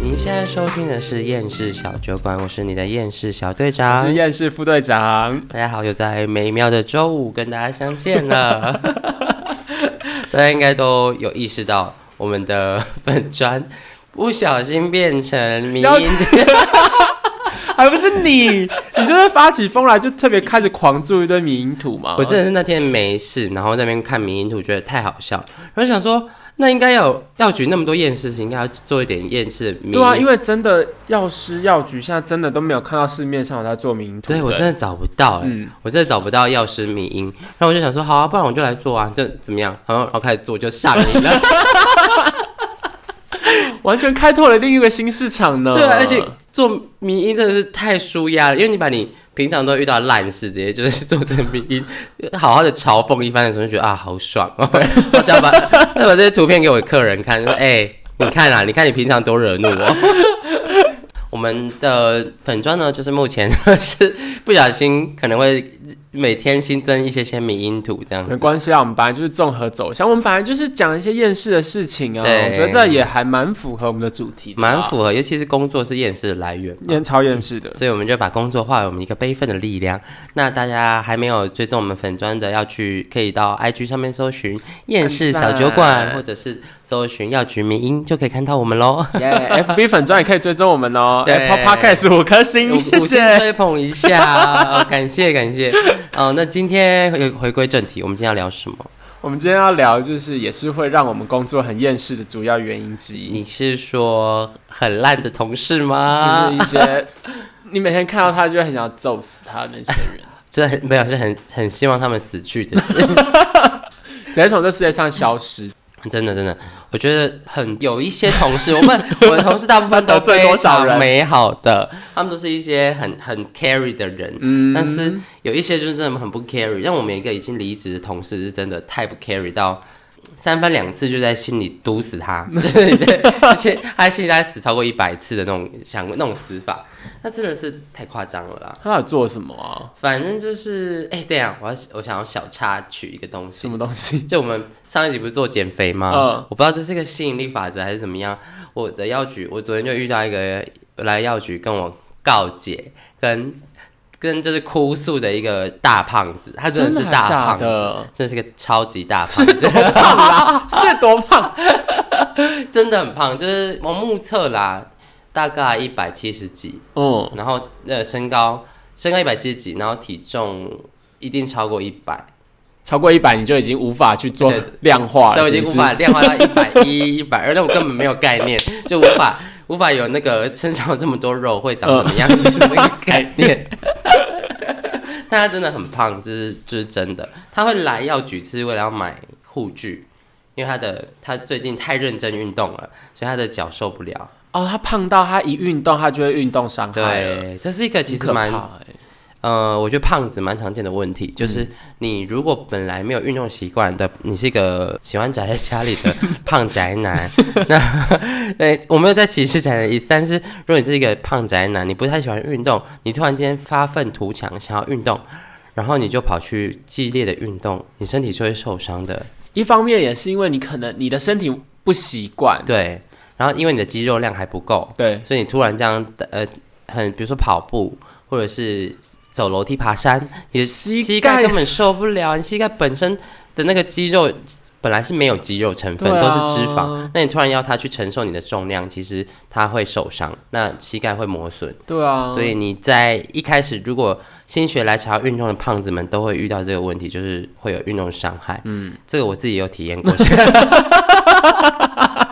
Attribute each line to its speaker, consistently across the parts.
Speaker 1: 您现在收听的是厌世小酒馆，我是你的厌世小队
Speaker 2: 我
Speaker 1: 长
Speaker 2: 是。厌世副队 长。
Speaker 1: 大家好，又在美妙的周五跟大家相见 了。大家应该都有意识到，我们的粉砖不小心变成迷
Speaker 2: 要
Speaker 1: 因。
Speaker 2: 还不是你，你就是发起疯来就特别开始狂做一堆迷因图嘛。
Speaker 1: 我真的是那天没事，然后在那边看迷因图，觉得太好笑，然后想说，那应该要有药局那么多厌世情，应该要做一点厌世迷因。
Speaker 2: 对啊，因
Speaker 1: 为
Speaker 2: 为真的药师药局现在真的都没有看到市面上有在做迷因图。
Speaker 1: 对我真的找不到、欸，
Speaker 2: 嗯
Speaker 1: 我真的找不到药师迷因，然后我就想说，好啊，不然我就来做啊，这怎么样？然后然后开始做就上瘾了，
Speaker 2: 完全开拓了另一个新市场呢。
Speaker 1: 对啊，而且做迷因真的是太舒压了，因为你把你平常都遇到烂事，直接就是做成迷因，好好的嘲讽一番的时候，就觉得啊，好爽哦！我想把 那把这些图片给我客人看，说哎、你看啊，你看你平常多惹怒我。 我们的粉砖呢，就是目前是不小心可能会每天新增一些些迷因图这样
Speaker 2: 没
Speaker 1: 子。
Speaker 2: 关系啊，我们本来就是综合走向，我们本来就是讲一些厌世的事情啊。
Speaker 1: 对
Speaker 2: 我觉得这也还蛮符合我们的主题的啊，
Speaker 1: 蛮符合，尤其是工作是厌世的来源嘛。
Speaker 2: 厌超厌 世的。
Speaker 1: 所以我们就把工作化为我们一个悲愤的力量。那大家还没有追踪我们粉砖的，要去可以到 IG 上面搜寻“厌世小酒
Speaker 2: 按
Speaker 1: 馆”，
Speaker 2: 赞
Speaker 1: 或者是搜寻“药局迷音”，就可以看到我们喽。
Speaker 2: 耶 FB 粉钻也可以追踪我们哦。
Speaker 1: 对
Speaker 2: Apple Podcast 五颗
Speaker 1: 五
Speaker 2: 星，哎谢
Speaker 1: 五星
Speaker 2: 谢。
Speaker 1: 吹捧一下，哦感谢感谢。哦，那今天回回归正题，我们今天要聊什么？
Speaker 2: 我们今天要聊，就是也是会让我们工作很厌世的主要原因之一，
Speaker 1: 你是说很烂的同事
Speaker 2: 就是
Speaker 1: 吗？
Speaker 2: 一些你每天看到他就会很想揍死他的那些 人，
Speaker 1: 这很没有，是很很希望他们死去的，
Speaker 2: 直接从这世界上消失。
Speaker 1: 真的真的，我觉得很有一些同事，我 们我们同事大部分都
Speaker 2: 得罪多少人
Speaker 1: 非常美好的，他们都是一些很很 carry 的人，
Speaker 2: 嗯，
Speaker 1: 但是有一些就是真的很不 carry。像我们有一个已经离职的同事，是真的太不 carry 到三番两次就在心里毒死他， 对对，而且他心里大概死超过一百次的那种想那种死法，那真的是太夸张了啦。
Speaker 2: 他有做什么啊？
Speaker 1: 反正就是，哎、对啊，我要我想要小插曲一个东西
Speaker 2: 什，么东西？
Speaker 1: 就我们上一集不是做减肥吗？
Speaker 2: 嗯
Speaker 1: 我不知道这是个吸引力法则还是怎么样。我的药局，我昨天就遇到一个来药局跟我告解，跟跟就是哭诉的一个大胖子，他真的是
Speaker 2: 还
Speaker 1: 大
Speaker 2: 假
Speaker 1: 胖子，
Speaker 2: 的？
Speaker 1: 真的是个超级大胖
Speaker 2: 是
Speaker 1: 子，
Speaker 2: 多胖啦？是多 胖？
Speaker 1: 真的很胖，就是我目测啦，大概一百七十几，
Speaker 2: 嗯，
Speaker 1: 然后呃身高身高一百七十几，然后体重一定超过一百。
Speaker 2: 超过一百你就已经无法去做
Speaker 1: 对
Speaker 2: 量化
Speaker 1: 对，
Speaker 2: 了，
Speaker 1: 我已
Speaker 2: 是
Speaker 1: 经
Speaker 2: 不
Speaker 1: 无
Speaker 2: 是？
Speaker 1: 法量化到一百一、 一百二，但我根本没有概念，就无法无法有那个身上有这么多肉会长什么样子的
Speaker 2: 呃
Speaker 1: 那个
Speaker 2: 哎
Speaker 1: 概念。 但他真的很胖，这、是这、是真的。他会来药局是为了要买护具，因为他的他最近太认真运动了，所以他的脚受不了。
Speaker 2: 哦，他胖到他一运动，他就会运动伤害了，
Speaker 1: 对，这是一个其
Speaker 2: 很
Speaker 1: 实
Speaker 2: 可怕
Speaker 1: 蛮
Speaker 2: 欸。
Speaker 1: 呃，我觉得胖子蛮常见的问题，就是你如果本来没有运动习惯的，你是一个喜欢宅在家里的胖宅男，那 对我没有在歧视宅男的意思，但是如果你是一个胖宅男，你不太喜欢运动，你突然间发愤图强想要运动，然后你就跑去激烈的运动，你身体是会受伤的，
Speaker 2: 一方面也是因为你可能你的身体不习惯，
Speaker 1: 对，然后因为你的肌肉量还不够，
Speaker 2: 对，
Speaker 1: 所以你突然这样呃很比如说跑步或者是走楼梯、爬山，你的
Speaker 2: 膝
Speaker 1: 膝盖
Speaker 2: 盖
Speaker 1: 根本受不了，你膝盖本身的那个肌肉本来是没有肌肉成分，
Speaker 2: 对啊
Speaker 1: 都是脂肪，那你突然要它去承受你的重量，其实它会受伤，那膝盖会磨损。
Speaker 2: 对啊，
Speaker 1: 所以你在一开始如果心血来潮运动的胖子们都会遇到这个问题，就是会有运动伤害。嗯，这个我自己有体验过。所以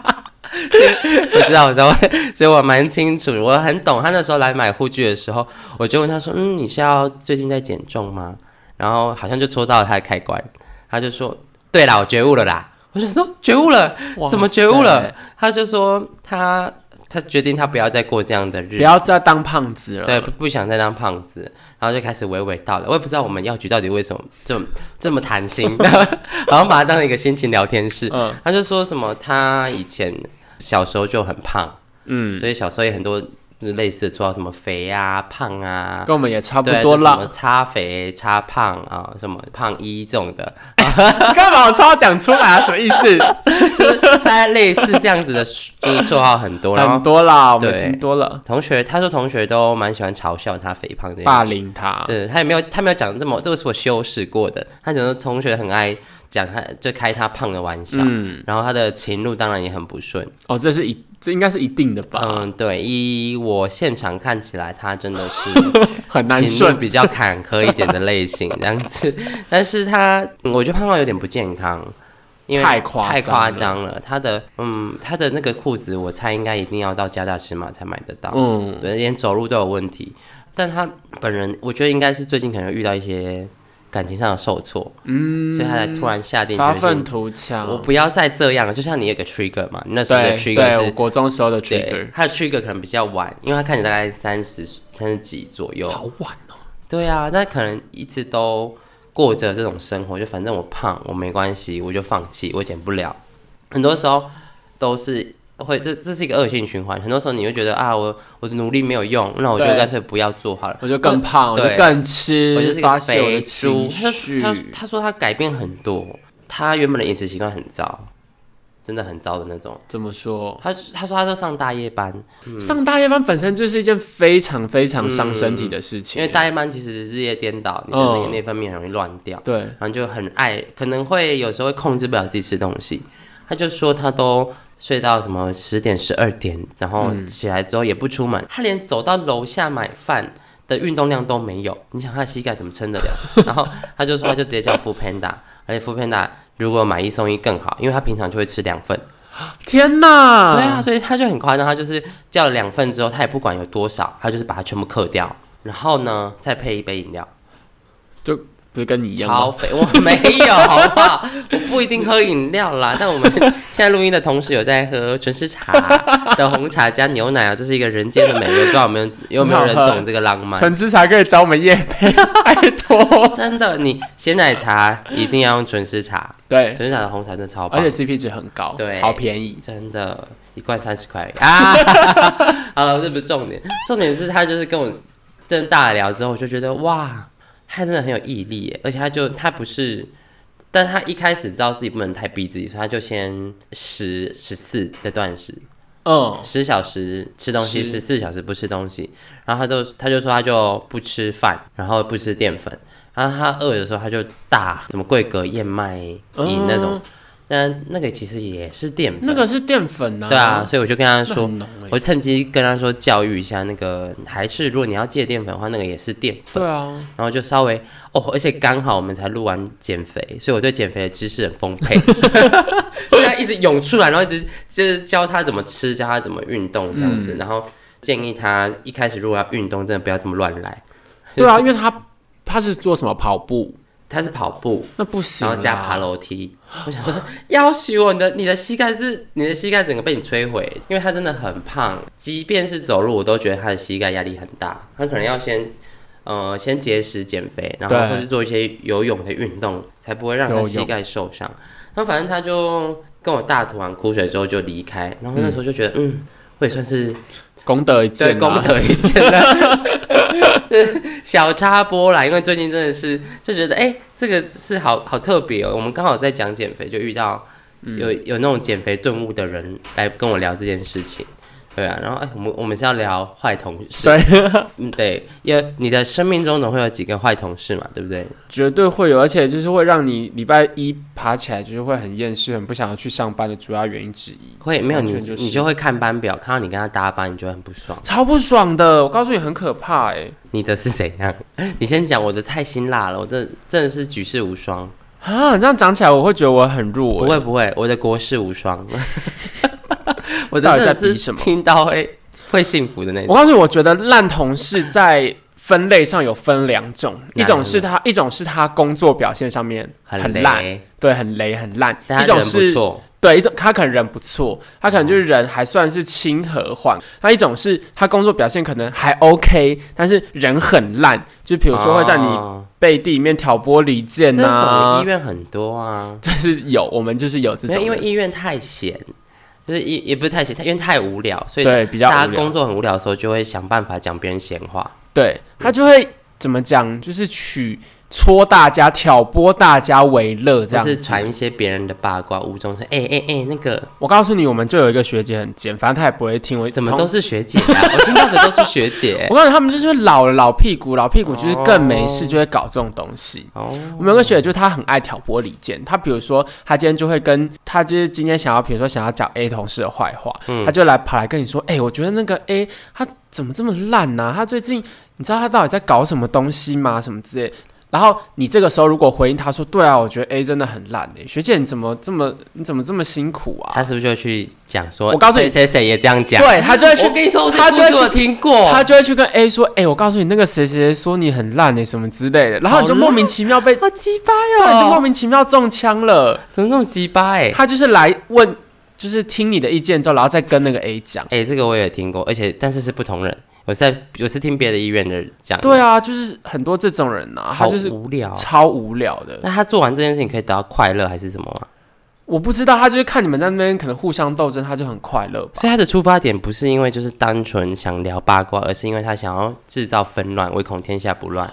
Speaker 1: 我知道，我知道，所以我蛮清楚，我很懂。他那时候来买护具的时候，我就问他说：“嗯，你是要最近在减重吗？”然后好像就戳到了他的开关，他就说：“对啦，我觉悟了啦。”我就说：“觉悟了，
Speaker 2: 哇
Speaker 1: 怎么觉悟了
Speaker 2: 塞？”
Speaker 1: 他就说：“他他决定他不要再过这样的日子
Speaker 2: 不。”要再当胖子了，
Speaker 1: 对，不不想再当胖子，然后就开始娓娓道来。我也不知道我们药局到底为什么这么这么谈心， 然后把它当一个心情聊天室。
Speaker 2: 嗯
Speaker 1: 他就说什么他以前小时候就很胖，
Speaker 2: 嗯，
Speaker 1: 所以小时候也很多就是类似的绰号，什么肥啊、胖啊，
Speaker 2: 跟我们也差不
Speaker 1: 对，
Speaker 2: 多
Speaker 1: 就什么
Speaker 2: 啦。
Speaker 1: 叉肥、叉胖啊，什么胖一这种的，
Speaker 2: 你干嘛把我绰号讲出来啊？什么 意思？
Speaker 1: 就是大概类似这样子的， 就是绰号很多。然
Speaker 2: 很
Speaker 1: 后
Speaker 2: 多啦，我们
Speaker 1: 对
Speaker 2: 听多了，
Speaker 1: 同学，他说同学都蛮喜欢嘲笑他肥胖这件事
Speaker 2: 霸凌他。
Speaker 1: 啊对他也没有，他没有讲这么，这个是我修饰过的。他只是同学很爱讲他，就开他胖的玩笑，
Speaker 2: 嗯，
Speaker 1: 然后他的情路当然也很不顺。
Speaker 2: 哦，这是一，这应该是一定的吧？
Speaker 1: 嗯，对，依我现场看起来，他真的 是
Speaker 2: 很难
Speaker 1: 情路
Speaker 2: 顺。
Speaker 1: 比较坎坷一点的类型这样子， 但是他，嗯我觉得胖胖有点不健康。因为
Speaker 2: 太夸张
Speaker 1: 太
Speaker 2: 了
Speaker 1: 夸张了，他的嗯，他的那个裤子，我猜应该一定要到加大尺码才买得到。
Speaker 2: 嗯，
Speaker 1: 对，连走路都有问题。但他本人，我觉得应该是最近可能遇到一些感情上的受挫，嗯，所以他才突然下定
Speaker 2: 发
Speaker 1: 决
Speaker 2: 愤
Speaker 1: 心，
Speaker 2: 图强。
Speaker 1: 我不要再这样了。就像你有个 trigger 嘛，你那时候的
Speaker 2: 对
Speaker 1: trigger
Speaker 2: 对，我
Speaker 1: 是
Speaker 2: 国中时候的 trigger，
Speaker 1: 对，他的 trigger 可能比较晚，因为他看你大概三十三十几左右，
Speaker 2: 好晚哦。
Speaker 1: 对啊，那可能一直都过着这种生活，就反正我胖，我没关系，我就放弃，我减不了。很多时候都是会，这这是一个恶性循环。很多时候你会觉得啊，我我的努力没有用，那我就
Speaker 2: 对
Speaker 1: 干脆不要做好了。
Speaker 2: 我就更胖，我
Speaker 1: 啊对
Speaker 2: 就更吃，
Speaker 1: 我就是一
Speaker 2: 嗯发
Speaker 1: 个
Speaker 2: 泄我的
Speaker 1: 肥
Speaker 2: 情
Speaker 1: 猪。他
Speaker 2: 绪。
Speaker 1: 他他说他改变很多，他原本的饮食习惯很糟，真的很糟的那种。
Speaker 2: 怎么说？
Speaker 1: 他他说他都上大夜班，
Speaker 2: 上大夜班本身就是一件非常非常伤身体的事
Speaker 1: 嗯
Speaker 2: 情，
Speaker 1: 因为大夜班其实日夜颠倒，你的
Speaker 2: 嗯
Speaker 1: 内内分泌很容易乱掉。
Speaker 2: 对
Speaker 1: 然后就很爱，可能会有时候会控制不了自己吃东西。他就说他都睡到什么十点十二点，然后起来之后也不出门，他连走到楼下买饭的运动量都没有。你想他的膝盖怎么撑得了？然后他就说他就直接叫 Food Panda，而且 Food Panda 如果买一送一更好，因为他平常就会吃两份。
Speaker 2: 天哪！
Speaker 1: 对啊，所以他就很夸张，他就是叫了两份之后，他也不管有多少，他就是把它全部克掉，然后呢再配一杯饮料。
Speaker 2: 不是跟你一样
Speaker 1: 超
Speaker 2: 吗？
Speaker 1: 肥，我没有，好不好？ 我不一定喝饮料啦，但我们现在录音的同时有在喝纯喫茶的红茶加牛奶啊，这是一个人间的美味，不知道有没有有没有人懂这个浪漫？
Speaker 2: 纯吃茶可以找我们叶 配，拜托。
Speaker 1: 真的，你鲜奶茶一定要用纯喫茶，
Speaker 2: 对，
Speaker 1: 纯喫茶的红茶真的超棒
Speaker 2: 而，且 CP 值很高，
Speaker 1: 对
Speaker 2: 好便宜。
Speaker 1: 真的，一罐三十块啊！ 好了，这不是重点，重点是他就是跟我真的大聊之后，我就觉得哇，他真的很有毅力耶，而且他就他不是，但他一开始知道自己不能太逼自己，所以他就先十十四的断食，
Speaker 2: 嗯，
Speaker 1: 十小时吃东西，
Speaker 2: 吃
Speaker 1: 十四小时不吃东西，然后他就他就说他就不吃饭，然后不吃淀粉，然后他饿的时候他就大什么桂格燕麦饮那种
Speaker 2: 嗯，
Speaker 1: 那、那个其实也是淀粉，啊
Speaker 2: 那个是淀粉呐。
Speaker 1: 对啊，，所以我就跟他
Speaker 2: 那
Speaker 1: 说，
Speaker 2: 很浓欸
Speaker 1: 我趁机跟他说教育一下那个，还是如果你要戒淀粉的话，那个也是淀粉，
Speaker 2: 对啊，
Speaker 1: 然后就稍微哦，而且刚好我们才录完减肥，所以我对减肥的知识很丰沛， 就他一直涌出来，然后一直就是教他怎么吃，教他怎么运动这样子，然后建议他一开始如果要运动，真的不要这么乱来，
Speaker 2: 对啊，因为他他是做什么跑步，
Speaker 1: 他是跑步，
Speaker 2: 那不行
Speaker 1: 然
Speaker 2: 啊。
Speaker 1: 后加爬楼梯，我想说， 要许我你的你的膝盖是你的膝盖整个被你摧毁，因为他真的很胖，即便是走路，我都觉得他的膝盖压力很大，他可能要先。呃，先节食减肥，然后
Speaker 2: 对
Speaker 1: 或是做一些游泳的运动，才不会让
Speaker 2: 游
Speaker 1: 他
Speaker 2: 泳
Speaker 1: 膝盖受伤。那反正他就跟我大吐完苦水之后就离开，然后那时候就觉得，嗯，我也算是
Speaker 2: 功德一
Speaker 1: 对，
Speaker 2: 件啊
Speaker 1: 功
Speaker 2: 嘛。
Speaker 1: 德一件了。 这小插播啦，因为最近真的是就觉得，哎、这个是好好特别哦。我们刚好在讲减肥，就遇到
Speaker 2: 嗯
Speaker 1: 有有那种减肥顿悟的人来跟我聊这件事情。对啊，然后哎、我们我们是要聊坏同事，
Speaker 2: 对，
Speaker 1: 嗯，对，也你的生命中总会有几个坏同事嘛，对不对？
Speaker 2: 绝对会有，而且就是会让你礼拜一爬起来就是会很厌世，很不想要去上班的主要原因之一，
Speaker 1: 会没有你
Speaker 2: 完全就是
Speaker 1: 你就会看班表，看到你跟他搭班，你就会很不爽。
Speaker 2: 超不爽的。我告诉你，很可怕哎、
Speaker 1: 你的是怎样？你先讲，我的太辛辣了，我这真的是举世无双。
Speaker 2: 啊！你这样讲起来，我会觉得我很弱、
Speaker 1: 不
Speaker 2: 欸。
Speaker 1: 会不会，我的国士无 双，我的
Speaker 2: 到底
Speaker 1: 真的
Speaker 2: 在比
Speaker 1: 是
Speaker 2: 什么
Speaker 1: 听到会会幸福的那种。
Speaker 2: 我告诉你，我觉得烂同事在分类上有分两种，一种是他，一种是他工作表现上面
Speaker 1: 很
Speaker 2: 烂，
Speaker 1: 雷，
Speaker 2: 对，很雷很烂；
Speaker 1: 但
Speaker 2: 一
Speaker 1: 他
Speaker 2: 种
Speaker 1: 人不
Speaker 2: 是
Speaker 1: 错，
Speaker 2: 对，一种他可能人不错，他可能就是人还算是亲和缓；那一种是他工作表现可能还 OK，但是人很烂，就比
Speaker 1: 比
Speaker 2: 如说会在你背地里面挑拨离间
Speaker 1: 哦这种
Speaker 2: 呐、
Speaker 1: 医院很多啊，
Speaker 2: 就是有我们就是有这
Speaker 1: 没有
Speaker 2: 种
Speaker 1: 因为
Speaker 2: 人，
Speaker 1: 医院太闲，就是也也不是太闲，因为太无聊，所以
Speaker 2: 对，比较
Speaker 1: 大家
Speaker 2: 无聊
Speaker 1: 工作很无聊的时候，就会想办法讲别人闲话。
Speaker 2: 对他就会怎么讲，就是取戳大家、挑拨大家为乐这
Speaker 1: 就
Speaker 2: 样
Speaker 1: 是
Speaker 2: 子。
Speaker 1: 传一些别人的八卦，无中生哎哎哎，那个
Speaker 2: 我告诉你，我们就有一个学姐很贱，反正她也不会听我。
Speaker 1: 怎么
Speaker 2: 通
Speaker 1: 都是学姐啊！我听到的都是学姐
Speaker 2: 我告诉你，他们就是老了老屁股，老屁股就是更没事，
Speaker 1: 哦
Speaker 2: 就会搞这种东西。
Speaker 1: 哦，
Speaker 2: 我们有个学姐，就是她很爱挑拨离间。她比如说，她今天就会跟她就是今天想要，比如说想要讲 A 同事的坏话，她就来跑来跟你说：“哎、我觉得那个 A 他怎么这么烂啊呐、他最近你知道他到底在搞什么东西吗？什么之类。”然后你这个时候如果回应他说：“对啊，我觉得 A 真的很烂诶、学姐你怎么这么你怎么这么辛苦啊
Speaker 1: 他是不是就会去讲说？
Speaker 2: 我告诉你
Speaker 1: 谁谁谁也这样？”讲。
Speaker 2: 对，他就会去
Speaker 1: 我跟你说，他
Speaker 2: 他就
Speaker 1: 就
Speaker 2: 会
Speaker 1: 我
Speaker 2: 去。
Speaker 1: 听过，
Speaker 2: 他就会去跟 A 说：“哎、我告诉你，那个谁谁谁说你很烂诶、欸什么之类的。”然后你就
Speaker 1: 好
Speaker 2: 莫名其妙被，
Speaker 1: 好鸡巴
Speaker 2: 对，你就莫
Speaker 1: 哟，
Speaker 2: 名其妙中枪了。
Speaker 1: 怎么那么鸡巴哎？
Speaker 2: 他就是来问，就是听你的意见之后，然后再跟那个 A 讲。
Speaker 1: 哎，这个我也听过，而且但是是不同人，我是在我是听别的医院的人讲，
Speaker 2: 对，啊，就是很多这种人啊，他
Speaker 1: 好
Speaker 2: 就是
Speaker 1: 无聊。
Speaker 2: 超无聊的。
Speaker 1: 那他做完这件事情可以得到快乐还是什么啊吗？
Speaker 2: 我不知道，他就是看你们在那边可能互相斗争，他就很快乐吧。
Speaker 1: 所以他的出发点不是因为就是单纯想聊八卦，而是因为他想要制造纷乱，唯恐天下不乱。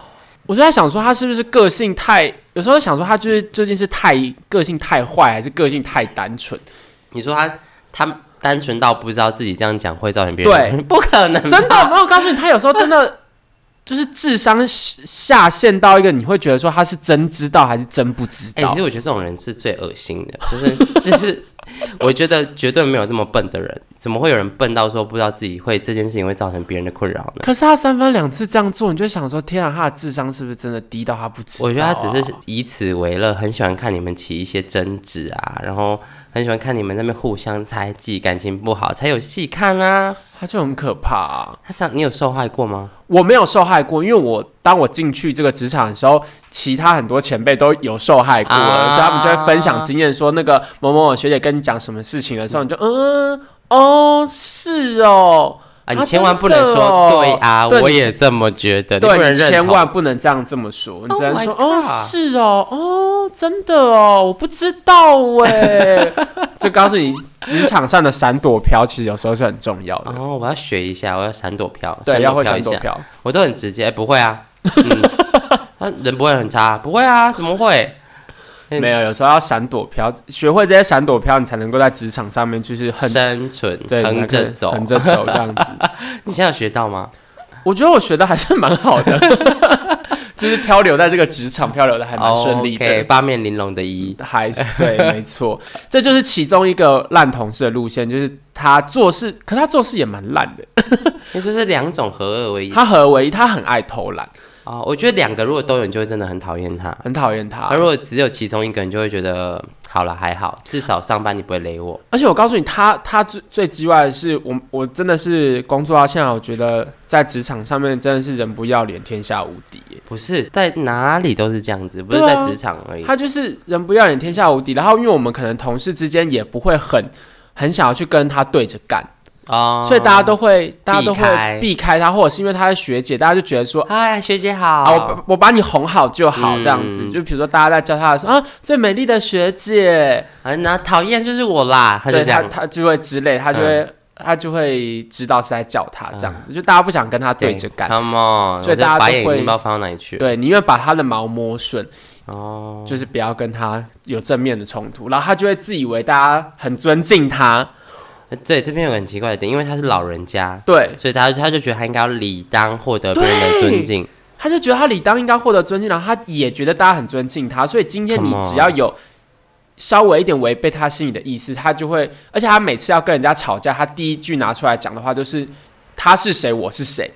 Speaker 2: 我就在想说，他是不是个性太……有时候想说，他就是究竟是太个性太坏，还是个性太单 纯？
Speaker 1: 你说他他单纯到不知道自己这样讲会造成别人
Speaker 2: 对，
Speaker 1: 不可能吧，
Speaker 2: 真的，没有我告诉你，他有时候真的就是智商下线到一个，你会觉得说他是真知道还是真不知
Speaker 1: 哎、
Speaker 2: 道
Speaker 1: 其。实我觉得这种人是最恶心的，就是就是， 我觉得绝对没有这么笨的人，怎么会有人笨到说不知道自己会这件事情会造成别人的困扰呢？
Speaker 2: 可是他三番两次这样做，你就想说，天啊，他的智商是不是真的低到他不知道
Speaker 1: 我
Speaker 2: 啊、
Speaker 1: 觉得他只是以此为乐，很喜欢看你们起一些争执啊，然后很喜欢看你们在那边互相猜忌，感情不好才有戏看啊。
Speaker 2: 他就很可怕、啊。
Speaker 1: 他这样，你有受害过吗？
Speaker 2: 我没有受害过，因为我当我进去这个职场的时候，其他很多前辈都有受害过了，
Speaker 1: 啊
Speaker 2: 所以他们就会分享经验，说那个某某某学姐跟你讲什么事情的时候，你就嗯哦是哦，
Speaker 1: 啊，
Speaker 2: 啊
Speaker 1: 你千万不能
Speaker 2: 真的哦
Speaker 1: 说对啊，
Speaker 2: 对
Speaker 1: 我
Speaker 2: 你
Speaker 1: 也这么觉得，你不
Speaker 2: 对，
Speaker 1: 能
Speaker 2: 你
Speaker 1: 认
Speaker 2: 千
Speaker 1: 同
Speaker 2: 万不能这样这么说，你只能说
Speaker 1: Oh my
Speaker 2: 哦
Speaker 1: God
Speaker 2: 是哦哦真的哦，我不知道哎，
Speaker 1: 欸
Speaker 2: 就告诉你职场上的闪躲飘，其实有时候是很重要的，
Speaker 1: 哦，我要学一下，我要闪躲票，
Speaker 2: 对，要会
Speaker 1: 闪
Speaker 2: 闪
Speaker 1: 躲
Speaker 2: 躲
Speaker 1: 飘一下，
Speaker 2: 飘。
Speaker 1: 我都很直接，不会啊，嗯， 啊人不会很差，不会啊，怎么会？嗯
Speaker 2: 没有，有时候要闪躲飘，学会这些闪躲飘，你才能够在职场上面就是很
Speaker 1: 生存
Speaker 2: 对
Speaker 1: 横着走，
Speaker 2: 横着走这 样子。
Speaker 1: 你现在有学到吗？
Speaker 2: 我觉得我学的还是蛮好的， 就是漂流在这个职场漂流的还蛮顺利的。
Speaker 1: o k 哦八面玲珑的一，
Speaker 2: 还是对，没错，这就是其中一个烂同事的路线，就是他做事，可他做事也蛮烂的。
Speaker 1: 那就是两种合二为一
Speaker 2: 他合为一，他很爱偷懒，
Speaker 1: 哦。我觉得两个如果都有，你就会真的很讨厌他。
Speaker 2: 很讨厌他
Speaker 1: 而。如果只有其中一个，你就会觉得好了，还好，至少上班你不会雷我。
Speaker 2: 而且我告诉你，他他最最叽歪的是，我我真的是工作到现在，我觉得在职场上面真的是人不要脸，天下无敌耶。
Speaker 1: 不是在哪里都是这样子，不是
Speaker 2: 对
Speaker 1: 在
Speaker 2: 啊
Speaker 1: 职场而已。
Speaker 2: 他就是人不要脸，天下无敌。然后，因为我们可能同事之间也不会很很想要去跟他对着干，
Speaker 1: 哦
Speaker 2: 所以大家都会大家都
Speaker 1: 避开
Speaker 2: 会避开他，或者是因为他是学姐，大家就觉得说。
Speaker 1: 嗨，学姐好。
Speaker 2: 啊，我把我把你哄好就好，这样子。
Speaker 1: 哦嗯
Speaker 2: 就比如说，大家在叫他的时候啊，最美丽的学姐，
Speaker 1: 啊，那讨厌就是我啦，他就
Speaker 2: 对
Speaker 1: 这
Speaker 2: 他
Speaker 1: 样。嗯
Speaker 2: 他就会之类，他就会、他就会知道是在叫他这样子。就大家不想跟他对着干，
Speaker 1: Come on，
Speaker 2: 所
Speaker 1: 我
Speaker 2: 以
Speaker 1: 这
Speaker 2: 大家都
Speaker 1: 白眼已
Speaker 2: 会
Speaker 1: 经不知道翻到哪里去了。
Speaker 2: 对，宁愿把他的毛摸顺，
Speaker 1: 哦，
Speaker 2: 就是不要跟他有正面的冲突。然后他就会自以为大家很尊敬他，
Speaker 1: 对，这边有个很奇怪的点，因为他是老人家，
Speaker 2: 对，
Speaker 1: 所以他他就觉得他应该要理当获得别人的尊敬。
Speaker 2: 他就觉得他理当应该获得尊敬，然后他也觉得大家很尊敬他，所以今天你
Speaker 1: Come on
Speaker 2: 只要有稍微一点违背他心里的意思，他就会，而且他每次要跟人家吵架，他第一句拿出来讲的话就是他是谁，我是谁。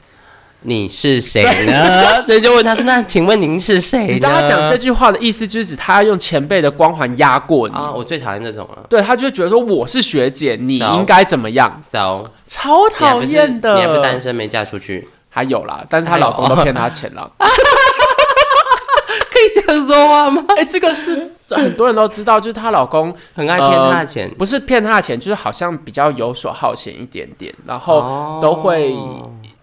Speaker 1: 你是谁 呢？那就问他说：“那请问您是谁呢？”
Speaker 2: 你知道他讲这句话的意思，就是指他要用前辈的光环压过你。
Speaker 1: 啊，我最讨厌这种了。
Speaker 2: 对他就会觉得说我是学姐，你
Speaker 1: 骚
Speaker 2: 应该怎么样，
Speaker 1: So，
Speaker 2: 超
Speaker 1: 你还
Speaker 2: 讨
Speaker 1: 不是
Speaker 2: 厌的。
Speaker 1: 你还不单身没嫁出去，
Speaker 2: 还有啦，但是她
Speaker 1: 还有
Speaker 2: 老公都骗她钱了。
Speaker 1: 可以这样说话吗？
Speaker 2: 哎、 这个是很多人都知道，就是她老公
Speaker 1: 很爱骗他的钱，
Speaker 2: 不是骗他的钱，就是好像比较游手好闲一点点，然呃后
Speaker 1: 哦
Speaker 2: 都会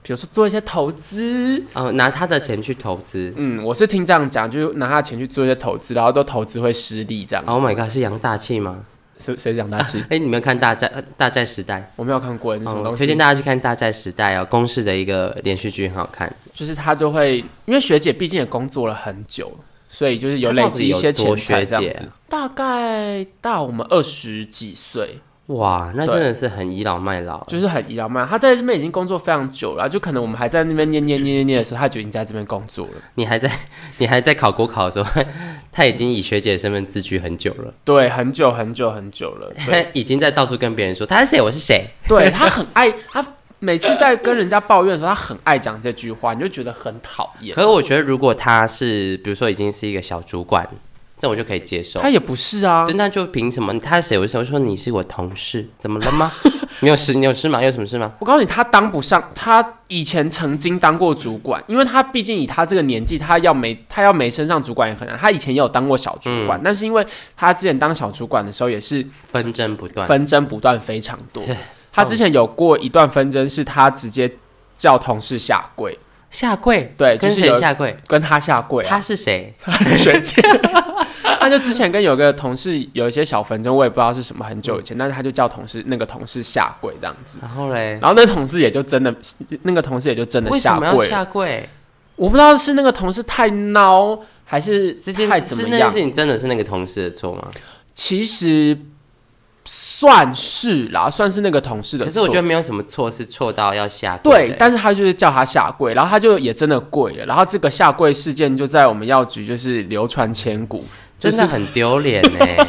Speaker 2: 比如说做一些投资。
Speaker 1: 哦拿他的钱去投资。
Speaker 2: 嗯，我是听这样讲，就是拿他的钱去做一些投资，然后都投资会失利这样。
Speaker 1: 哦 Oh my god，是杨大气吗？
Speaker 2: 谁谁讲大气？
Speaker 1: 哎、你们看大债呃大债时代，
Speaker 2: 我没有看过，那什么
Speaker 1: 哦
Speaker 2: 东西？
Speaker 1: 推荐大家去看大债时代哦，公式的一个连续剧，很好看。
Speaker 2: 就是他都会，因为学姐毕竟也工作了很久，所以就是有
Speaker 1: 她到
Speaker 2: 累
Speaker 1: 底
Speaker 2: 积一
Speaker 1: 有
Speaker 2: 些
Speaker 1: 多
Speaker 2: 钱
Speaker 1: 学
Speaker 2: 财这
Speaker 1: 姐啊
Speaker 2: 样子。大概大我们二十几岁，
Speaker 1: 哇，那
Speaker 2: 对
Speaker 1: 真的是很倚老卖老。
Speaker 2: 就是很倚老卖老。他在这边已经工作非常久了，就可能我们还在那边念念念念念的时候，他就已经在这边工作了。
Speaker 1: 你还在 你还在考国考的时候， 他已经以学姐的身份自居很久了，
Speaker 2: 对，很久很久很久了。
Speaker 1: 他
Speaker 2: 对，
Speaker 1: 已经在到处跟别人说他是谁，我是谁。
Speaker 2: 对他很爱他。每次在跟人家抱怨的时候，他很爱讲这句话，你就觉得很讨厌。
Speaker 1: 可是我觉得，如果他是比如说已经是一个小主管，这我就可以接受。
Speaker 2: 他也不是啊
Speaker 1: 对，，那就凭什么？他是谁？我是谁？我就说你是我同事，怎么了吗？ 你有事？你有事吗？你有什么事吗？
Speaker 2: 我告诉你，他当不上，他以前曾经当过主管，因为他毕竟以他这个年纪，他要没他要没升上主管也很难。他以前也有当过小主
Speaker 1: 嗯
Speaker 2: 管，但是因为他之前当小主管的时候也是
Speaker 1: 纷争不断。
Speaker 2: 纷争不断，非常多。他之前有过一段纷争，是他直接叫同事下跪，
Speaker 1: 下跪，
Speaker 2: 对
Speaker 1: 跟
Speaker 2: 哎就是
Speaker 1: 谁
Speaker 2: 有
Speaker 1: 下跪？
Speaker 2: 跟他下跪、啊，
Speaker 1: 他是谁？
Speaker 2: 他学 姐。他就之前跟有个同事有一些小纷争，我也不知道是什么，很久以前，但是他就叫同事那个同事下跪这样子，
Speaker 1: 然后嘞，
Speaker 2: 然后那同事也就真的那个同事也就真的
Speaker 1: 为什
Speaker 2: 下
Speaker 1: 么要
Speaker 2: 跪了。
Speaker 1: 下跪？
Speaker 2: 我不知道是那个同事太孬，还是
Speaker 1: 这件
Speaker 2: 太
Speaker 1: 事
Speaker 2: 怎
Speaker 1: 是
Speaker 2: 么
Speaker 1: 那件
Speaker 2: 样
Speaker 1: 事。情真的是那个同事的错吗？
Speaker 2: 其实算是啦，算是那个同事的
Speaker 1: 可
Speaker 2: 错。
Speaker 1: 是我觉得没有什么错，是错到要下跪的。欸
Speaker 2: 对，但是他就是叫他下跪，然后他就也真的跪了。然后这个下跪事件就在我们药局就是流传千古，就
Speaker 1: 真
Speaker 2: 是
Speaker 1: 的很丢脸欸 呢。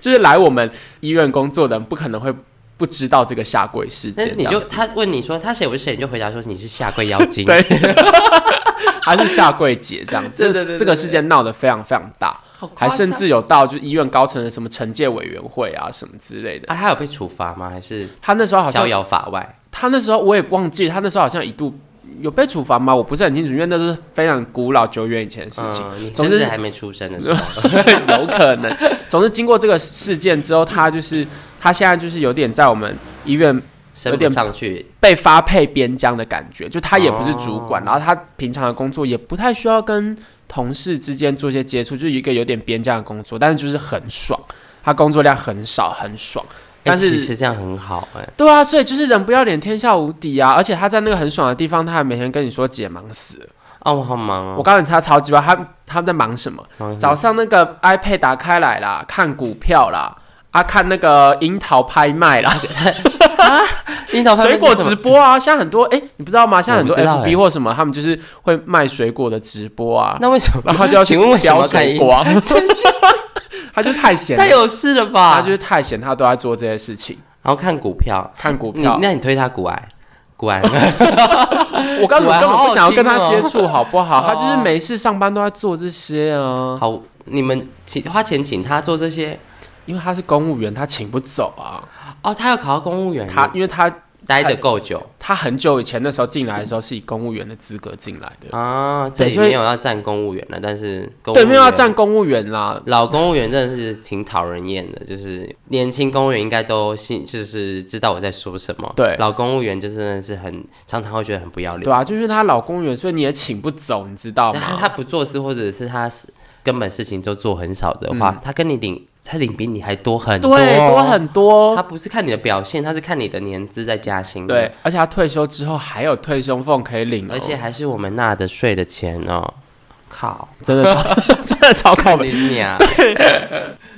Speaker 2: 就是来我们医院工作的人不可能会不知道这个下跪事
Speaker 1: 那
Speaker 2: 件。
Speaker 1: 你
Speaker 2: 这
Speaker 1: 就
Speaker 2: 样
Speaker 1: 他问你说他谁我是谁，你就回答说你是下跪妖精。
Speaker 2: 对 他是下跪姐这样子，
Speaker 1: 对对对对
Speaker 2: 这个事件闹得非常非常大，
Speaker 1: 好夸
Speaker 2: 还
Speaker 1: 张，
Speaker 2: 甚至有到就医院高层的什么惩戒委员会啊什么之类的。
Speaker 1: 啊，他有被处罚吗？还是
Speaker 2: 他那时候好像
Speaker 1: 逍遥法外？
Speaker 2: 他那时候我也忘记，他那时候好像一度有被处罚吗？我不是很清楚，因为那是非常古老、久远以前的事情，
Speaker 1: 嗯，你
Speaker 2: 总
Speaker 1: 甚
Speaker 2: 之
Speaker 1: 至还没出生的时候，嗯
Speaker 2: 有可能。总之，经过这个事件之后，他就是他现在就是有点在我们医院
Speaker 1: 升不上去，欸
Speaker 2: 被发配边疆的感觉，就他也不是主管，然后他平常的工作也不太需要跟同事之间做一些接触，就是一个有点边疆的工作，但是就是很爽，他工作量很少，很爽。但
Speaker 1: 但
Speaker 2: 是
Speaker 1: 是其实这样很好哎。
Speaker 2: 对啊，所以就是人不要脸，天下无敌啊！而且他在那个很爽的地方，他还每天跟你说姐忙死了
Speaker 1: 哦，我好忙
Speaker 2: 我
Speaker 1: 哦，
Speaker 2: 告诉你，他超级棒，他他们在忙什么？
Speaker 1: 忙
Speaker 2: 早上那个 iPad 打开来啦，看股票啦，啊，看那个樱桃拍卖啦，
Speaker 1: 樱桃
Speaker 2: 水果直播啊，像很多哎、你不知道吗？像很多
Speaker 1: 我不知道
Speaker 2: FB 或什么，他们就是会卖水果的直 播啊，
Speaker 1: 那为什么？
Speaker 2: 然后就要去
Speaker 1: 请问为什么
Speaker 2: 叼
Speaker 1: 要看
Speaker 2: 水
Speaker 1: 樱
Speaker 2: 果啊， 他就太闲了
Speaker 1: 太，有事了吧？
Speaker 2: 他就是太闲，他都在做这些事情，
Speaker 1: 然后看股票，
Speaker 2: 看股
Speaker 1: 你
Speaker 2: 票。
Speaker 1: 那你推他股癌，股 癌
Speaker 2: 我刚刚根本不想要跟
Speaker 1: 哇
Speaker 2: 他
Speaker 1: 好好听
Speaker 2: 接
Speaker 1: 哦
Speaker 2: 触，好 不好？
Speaker 1: 哦
Speaker 2: 他就是每次上班都在做这些啊，
Speaker 1: 好，你们请花钱请他做这些
Speaker 2: 因为他是公务员，他请不走啊。
Speaker 1: 哦，他要考到公务员，
Speaker 2: 他因为他
Speaker 1: 待得够久
Speaker 2: 他很久以前那时候进来的时候是以公务员的资格进来的，
Speaker 1: 啊，这
Speaker 2: 对
Speaker 1: 里
Speaker 2: 所以
Speaker 1: 没有要占公务员了，但是公务
Speaker 2: 对，没有要
Speaker 1: 员
Speaker 2: 站公务员啦。
Speaker 1: 老公务员真的是挺讨人厌的，就是年轻公务员应该都信，就是知道我在说什么。
Speaker 2: 对
Speaker 1: 老公务员就真的是很常常会觉得很不要脸，
Speaker 2: 对啊，就是他老公务员，所以你也请不走，你知道
Speaker 1: 但他他
Speaker 2: 吗？
Speaker 1: 不做事或者是他是根本事情就做很少的话，他跟你领才领比你还多很多，
Speaker 2: 嗯对，多。很
Speaker 1: 他
Speaker 2: 多。
Speaker 1: 不是看你的表现，他是看你的年资在加薪。
Speaker 2: 对，，而且他退休之后还有退休俸可以领哦、
Speaker 1: 嗯而且还是我们纳的税的钱哦。靠，
Speaker 2: 真的超 真的超靠
Speaker 1: 你
Speaker 2: 北。
Speaker 1: 娘！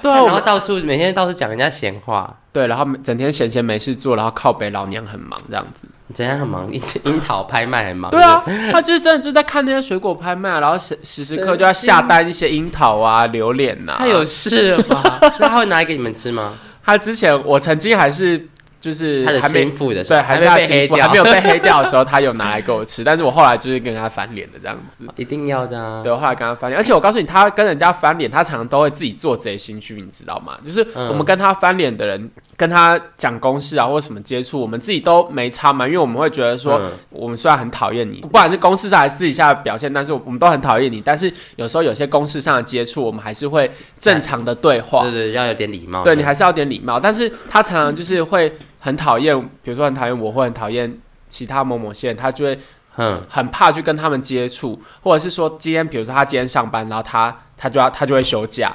Speaker 2: 对啊，我
Speaker 1: 然后
Speaker 2: 们
Speaker 1: 到处每天到处讲人家闲话，
Speaker 2: 对，然后整天闲闲没事做，然后靠北老娘很忙这样子。
Speaker 1: 怎样很忙？樱 樱桃拍卖很忙。
Speaker 2: 对啊，他就是真的就在看那些水果拍卖啊，然后时时时刻就要下单一些樱桃啊、榴莲呐、啊。
Speaker 1: 他有事了吧？ 那他会拿来给你们吃吗？
Speaker 2: 他之前我曾经还是就是
Speaker 1: 他的
Speaker 2: 还没
Speaker 1: 心腹的时候，
Speaker 2: 对，还
Speaker 1: 没
Speaker 2: 是他
Speaker 1: 被
Speaker 2: 媳
Speaker 1: 黑
Speaker 2: 妇
Speaker 1: 掉，
Speaker 2: 还没有被黑掉的时候，他有拿来给我吃，但是我后来就是跟他翻脸的这样子。
Speaker 1: 一定要的啊。
Speaker 2: 对，我后来跟他翻脸，而且我告诉你，他跟人家翻脸，他常常都会自己做贼心虚，你知道吗？就是
Speaker 1: 嗯
Speaker 2: 我们跟他翻脸的人，跟他讲公事啊，或者什么接触，我们自己都没差嘛，因为我们会觉得说，
Speaker 1: 嗯
Speaker 2: 我们虽然很讨厌你，不管是公事上还是私底下的表现，但是我们都很讨厌你。但是有时候有些公事上的接触，我们还是会正常的对话。
Speaker 1: 对对，要有点礼貌。
Speaker 2: 对你还是要点礼貌。但是他常常就是会很讨厌，比如说很讨厌我，或很讨厌其他某某些人，他就会
Speaker 1: 嗯，
Speaker 2: 很怕去跟他们接触，或者是说今天，比如说他今天上班，然后他他就要他就会休假，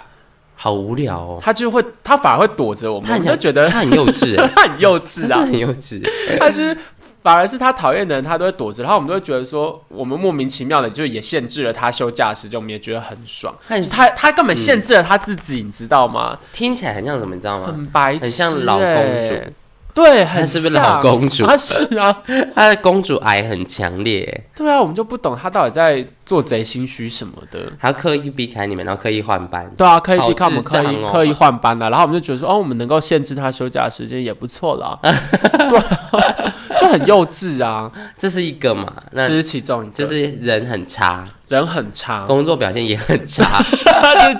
Speaker 1: 好无聊哦。
Speaker 2: 他就会他反而会躲着我们，
Speaker 1: 他
Speaker 2: 我
Speaker 1: 很
Speaker 2: 们
Speaker 1: 像
Speaker 2: 就觉得
Speaker 1: 他很幼稚 欸，
Speaker 2: 他很幼
Speaker 1: 他
Speaker 2: 稚
Speaker 1: 是
Speaker 2: 啊，
Speaker 1: 很幼稚。
Speaker 2: 他就是反而是他讨厌的人，他都会躲着，然后我们都会觉得说，我们莫名其妙的就也限制了他休假的时间，我们也觉得很爽。
Speaker 1: 他很
Speaker 2: 他他根本限制了他自己，你知道吗？
Speaker 1: 听起来很像什么，你知道吗？
Speaker 2: 很白痴、
Speaker 1: 很像老公主
Speaker 2: 欸，对，很
Speaker 1: 她是不是
Speaker 2: 像
Speaker 1: 老公主
Speaker 2: 啊，是啊，
Speaker 1: 她的公主癌很强烈欸，
Speaker 2: 对啊，我们就不懂他到底在做贼心虚什么的。
Speaker 1: 还要刻意避开你们，然后刻意换班。
Speaker 2: 对啊，刻意
Speaker 1: 好
Speaker 2: 去看我们
Speaker 1: 智
Speaker 2: 刻
Speaker 1: 障
Speaker 2: 意
Speaker 1: 哦
Speaker 2: 刻意换班了，然后我们就觉得说，哦，我们能够限制他休假的时间也不 错了，对啊，就很幼稚啊，
Speaker 1: 这是一个嘛？
Speaker 2: 这
Speaker 1: 那
Speaker 2: 是其中一个，
Speaker 1: 这是人很差，
Speaker 2: 人很差，
Speaker 1: 工作表现也很差，
Speaker 2: 就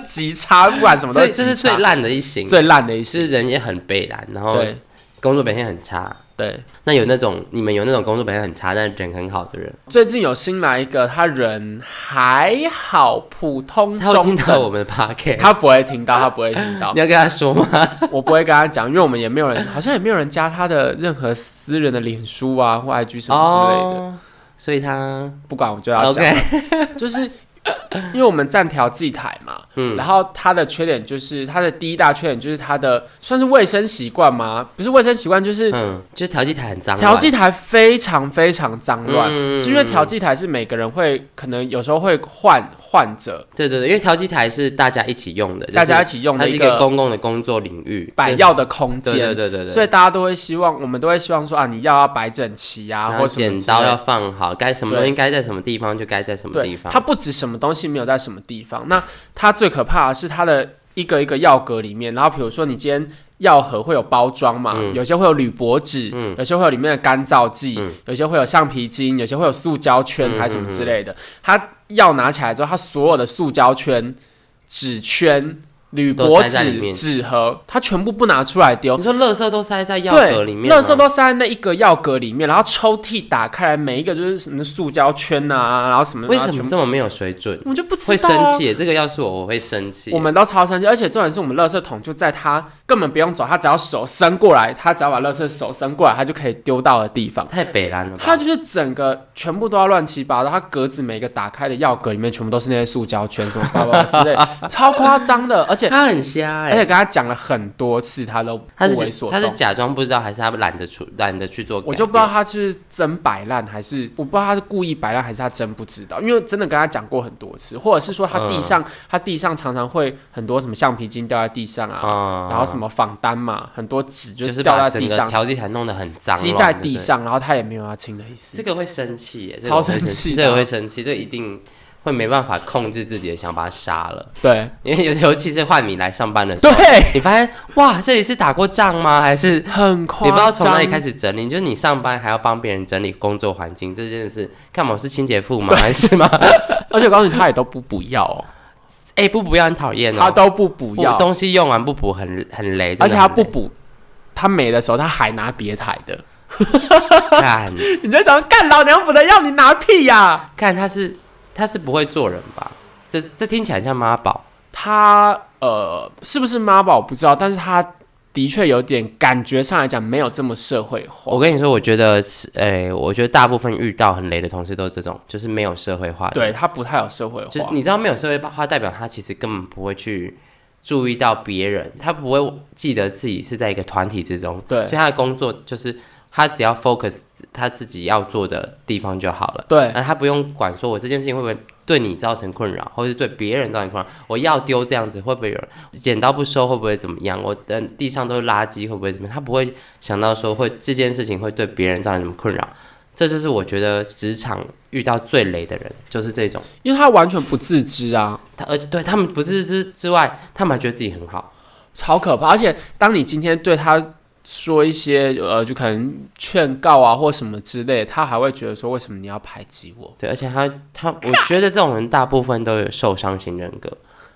Speaker 2: 是极差，不管什么都
Speaker 1: 所以这
Speaker 2: 极
Speaker 1: 是最
Speaker 2: 差
Speaker 1: 烂的一型。
Speaker 2: 最烂的一
Speaker 1: 是
Speaker 2: 次。
Speaker 1: 人也很悲蓝，然后
Speaker 2: 对
Speaker 1: 工作表现很差。
Speaker 2: 对，
Speaker 1: 那有那种你们有那种工作表现很差但人很好的人，
Speaker 2: 最近有新来一个，他人还好，普通
Speaker 1: 他会听
Speaker 2: 嗯中
Speaker 1: 到我
Speaker 2: 等。
Speaker 1: 们的 podcast，
Speaker 2: 他不会听到，他不会听到
Speaker 1: 你，要跟他说吗？
Speaker 2: 我不会跟他讲，因为我们也没有人，好像也没有人加他的任何私人的脸书啊或 IG 什么之类的。
Speaker 1: 哦，所以他
Speaker 2: 不管我就要讲
Speaker 1: OK，
Speaker 2: 就是因为我们站调剂台嘛，
Speaker 1: 嗯
Speaker 2: 然后它的缺点就是它的第一大缺点就是它的算是卫生习惯吗？不是卫生习惯，就是
Speaker 1: 嗯，就是调剂台很脏乱，
Speaker 2: 调剂台非常非常脏乱，
Speaker 1: 嗯
Speaker 2: 就因为调剂台是每个人会可能有时候会换患者，
Speaker 1: 对对对，因为调剂台是大家一起用的，就是
Speaker 2: 大家一起用
Speaker 1: 它
Speaker 2: 的
Speaker 1: 是
Speaker 2: 一
Speaker 1: 一个
Speaker 2: 个
Speaker 1: 公共的工作领域，
Speaker 2: 摆
Speaker 1: 就是
Speaker 2: 药的空
Speaker 1: 对对
Speaker 2: 间。
Speaker 1: 对对对，
Speaker 2: 所以大家都会希望，我们都会希望说啊，你药要摆整齐啊，
Speaker 1: 然
Speaker 2: 或
Speaker 1: 后
Speaker 2: 什么
Speaker 1: 剪
Speaker 2: 之类
Speaker 1: 刀
Speaker 2: 的
Speaker 1: 要放好，该什么
Speaker 2: 对
Speaker 1: 东西该在什么地方就该在什么
Speaker 2: 对，
Speaker 1: 地方，
Speaker 2: 它不止什么东西没有在什么地方，那它最可怕的是它的一个一个药格里面，然后比如说你今天药盒会有包装嘛，
Speaker 1: 嗯
Speaker 2: 有些会有铝箔纸，有些会有里面的干燥剂，有些会有橡皮筋，有些会有塑胶圈
Speaker 1: 嗯
Speaker 2: 还是什么之类的。它药拿起来之后，它所有的塑胶圈、纸圈、铝箔
Speaker 1: 都塞在里
Speaker 2: 纸、
Speaker 1: 面
Speaker 2: 纸盒，它全部不拿出来丢
Speaker 1: 你。说垃圾都塞在药
Speaker 2: 对，
Speaker 1: 格里面吗，
Speaker 2: 垃圾都塞在那一个药格里面，然后抽屉打开来，每一个就是什么塑胶圈啊，然后什么，
Speaker 1: 为
Speaker 2: 然
Speaker 1: 什
Speaker 2: 后全部
Speaker 1: 么这么没有水准？
Speaker 2: 我就不知
Speaker 1: 会
Speaker 2: 道、啊。
Speaker 1: 生气耶，这个要是我，我会生气
Speaker 2: 我
Speaker 1: 耶。
Speaker 2: 们都超生气，而且重点是我们垃圾桶就在他根本不用走，他只要手伸过来，他只要把垃圾手伸过来，他就可以丢到的地方。
Speaker 1: 太北蓝了吧？
Speaker 2: 他就是整个全部都要乱七八糟，他格子每个打开的药格里面全部都是那些塑胶圈什么巴拉巴拉之类，超夸张的。 而且
Speaker 1: 他很瞎
Speaker 2: 而
Speaker 1: 哎、
Speaker 2: 且跟他讲了很多次，他都不
Speaker 1: 他
Speaker 2: 为
Speaker 1: 是
Speaker 2: 所
Speaker 1: 他
Speaker 2: 动
Speaker 1: 是。假装不知道，还是他懒得出懒得去做？
Speaker 2: 我就不知道。他是真摆烂还是我不知道他是故意摆烂还是他真不知道，因为真的跟他讲过很多次，或者是说
Speaker 1: 嗯
Speaker 2: 他地上、他地上常常会很多什么橡皮筋掉在地上啊，
Speaker 1: 啊、
Speaker 2: 然后什么仿单嘛，很多纸就
Speaker 1: 就是
Speaker 2: 掉
Speaker 1: 把
Speaker 2: 在
Speaker 1: 整
Speaker 2: 地
Speaker 1: 个
Speaker 2: 上，
Speaker 1: 调剂台弄得很脏，
Speaker 2: 积在地。上，然后他也没有要清的意思
Speaker 1: 这。个会生气耶，这个
Speaker 2: 超
Speaker 1: 我会
Speaker 2: 生气的
Speaker 1: 这个会生气，这个一定会没办法控制自己的，想把他杀了。
Speaker 2: 对
Speaker 1: 因为尤尤其是换你来上班的时候，
Speaker 2: 对，
Speaker 1: 你发现哇，这里是打过仗吗？还是
Speaker 2: 很夸张。
Speaker 1: 你不知道从哪里开
Speaker 2: 始，
Speaker 1: 始整理，就是你上班还要帮别人整理工作环境这件事，干嘛？我是清洁妇吗？还是吗？
Speaker 2: 而且我告诉你，他也都不补药、哦，
Speaker 1: 哎、不补要很讨厌哦。
Speaker 2: 他都不补
Speaker 1: 不
Speaker 2: 药，
Speaker 1: 东西用完不补很很雷，
Speaker 2: 而且他不
Speaker 1: 补
Speaker 2: 补，他没的时候他还拿别台的，
Speaker 1: 干
Speaker 2: 你就想干老娘补的药，你拿屁呀、
Speaker 1: 干他是他是不会做人吧？这这听起来像妈宝，
Speaker 2: 他呃，是不是妈宝我不知道，但是他的确有点感觉上来讲没有这么社会化
Speaker 1: 我。跟你说，我觉得是，哎、我觉得大部分遇到很雷的同事都是这种，就是没有社会化的。
Speaker 2: 对，他不太有社会化，
Speaker 1: 就是你知道没有社会化，代表他其实根本不会去注意到别人，他不会记得自己是在一个团体之中，
Speaker 2: 对
Speaker 1: 所以他的工作就是他只要 focus 他自己要做的地方就好了。
Speaker 2: 对
Speaker 1: 那他不用管说我这件事情会不会对你造成困扰，或是对别人造成困扰，我要丢这样子会不会有人剪刀不收会不会怎么样，我的地上都是垃圾会不会怎么样，他不会想到说会这件事情会对别人造成什么困扰。这就是我觉得职场遇到最雷的人，就是这种。
Speaker 2: 因为他完全不自知啊，
Speaker 1: 他而且对他们不是之之外，他们还觉得自己很好，
Speaker 2: 超可怕。而且当你今天对他说一些呃，就可能劝告啊或什么之类，他还会觉得说为什么你要排挤我，
Speaker 1: 对，而且他他，我觉得这种人大部分都有受伤型人格，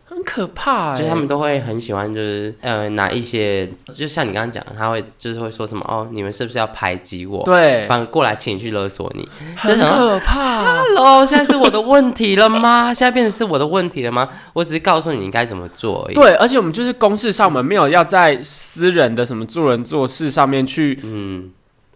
Speaker 2: 很可怕、欸。
Speaker 1: 就是他们都会很喜欢，就是呃拿一些，就像你刚刚讲的，他会就是会说什么哦，你们是不是要排挤我？
Speaker 2: 对，
Speaker 1: 反而过来情绪勒索你。
Speaker 2: 很可怕。
Speaker 1: Hello，现在是我的问题了吗？现在变成是我的问题了吗？我只是告诉你应该怎么做而已。
Speaker 2: 对，而且我们就是公事上，我们没有要在私人的什么做人做事上面去，
Speaker 1: 嗯，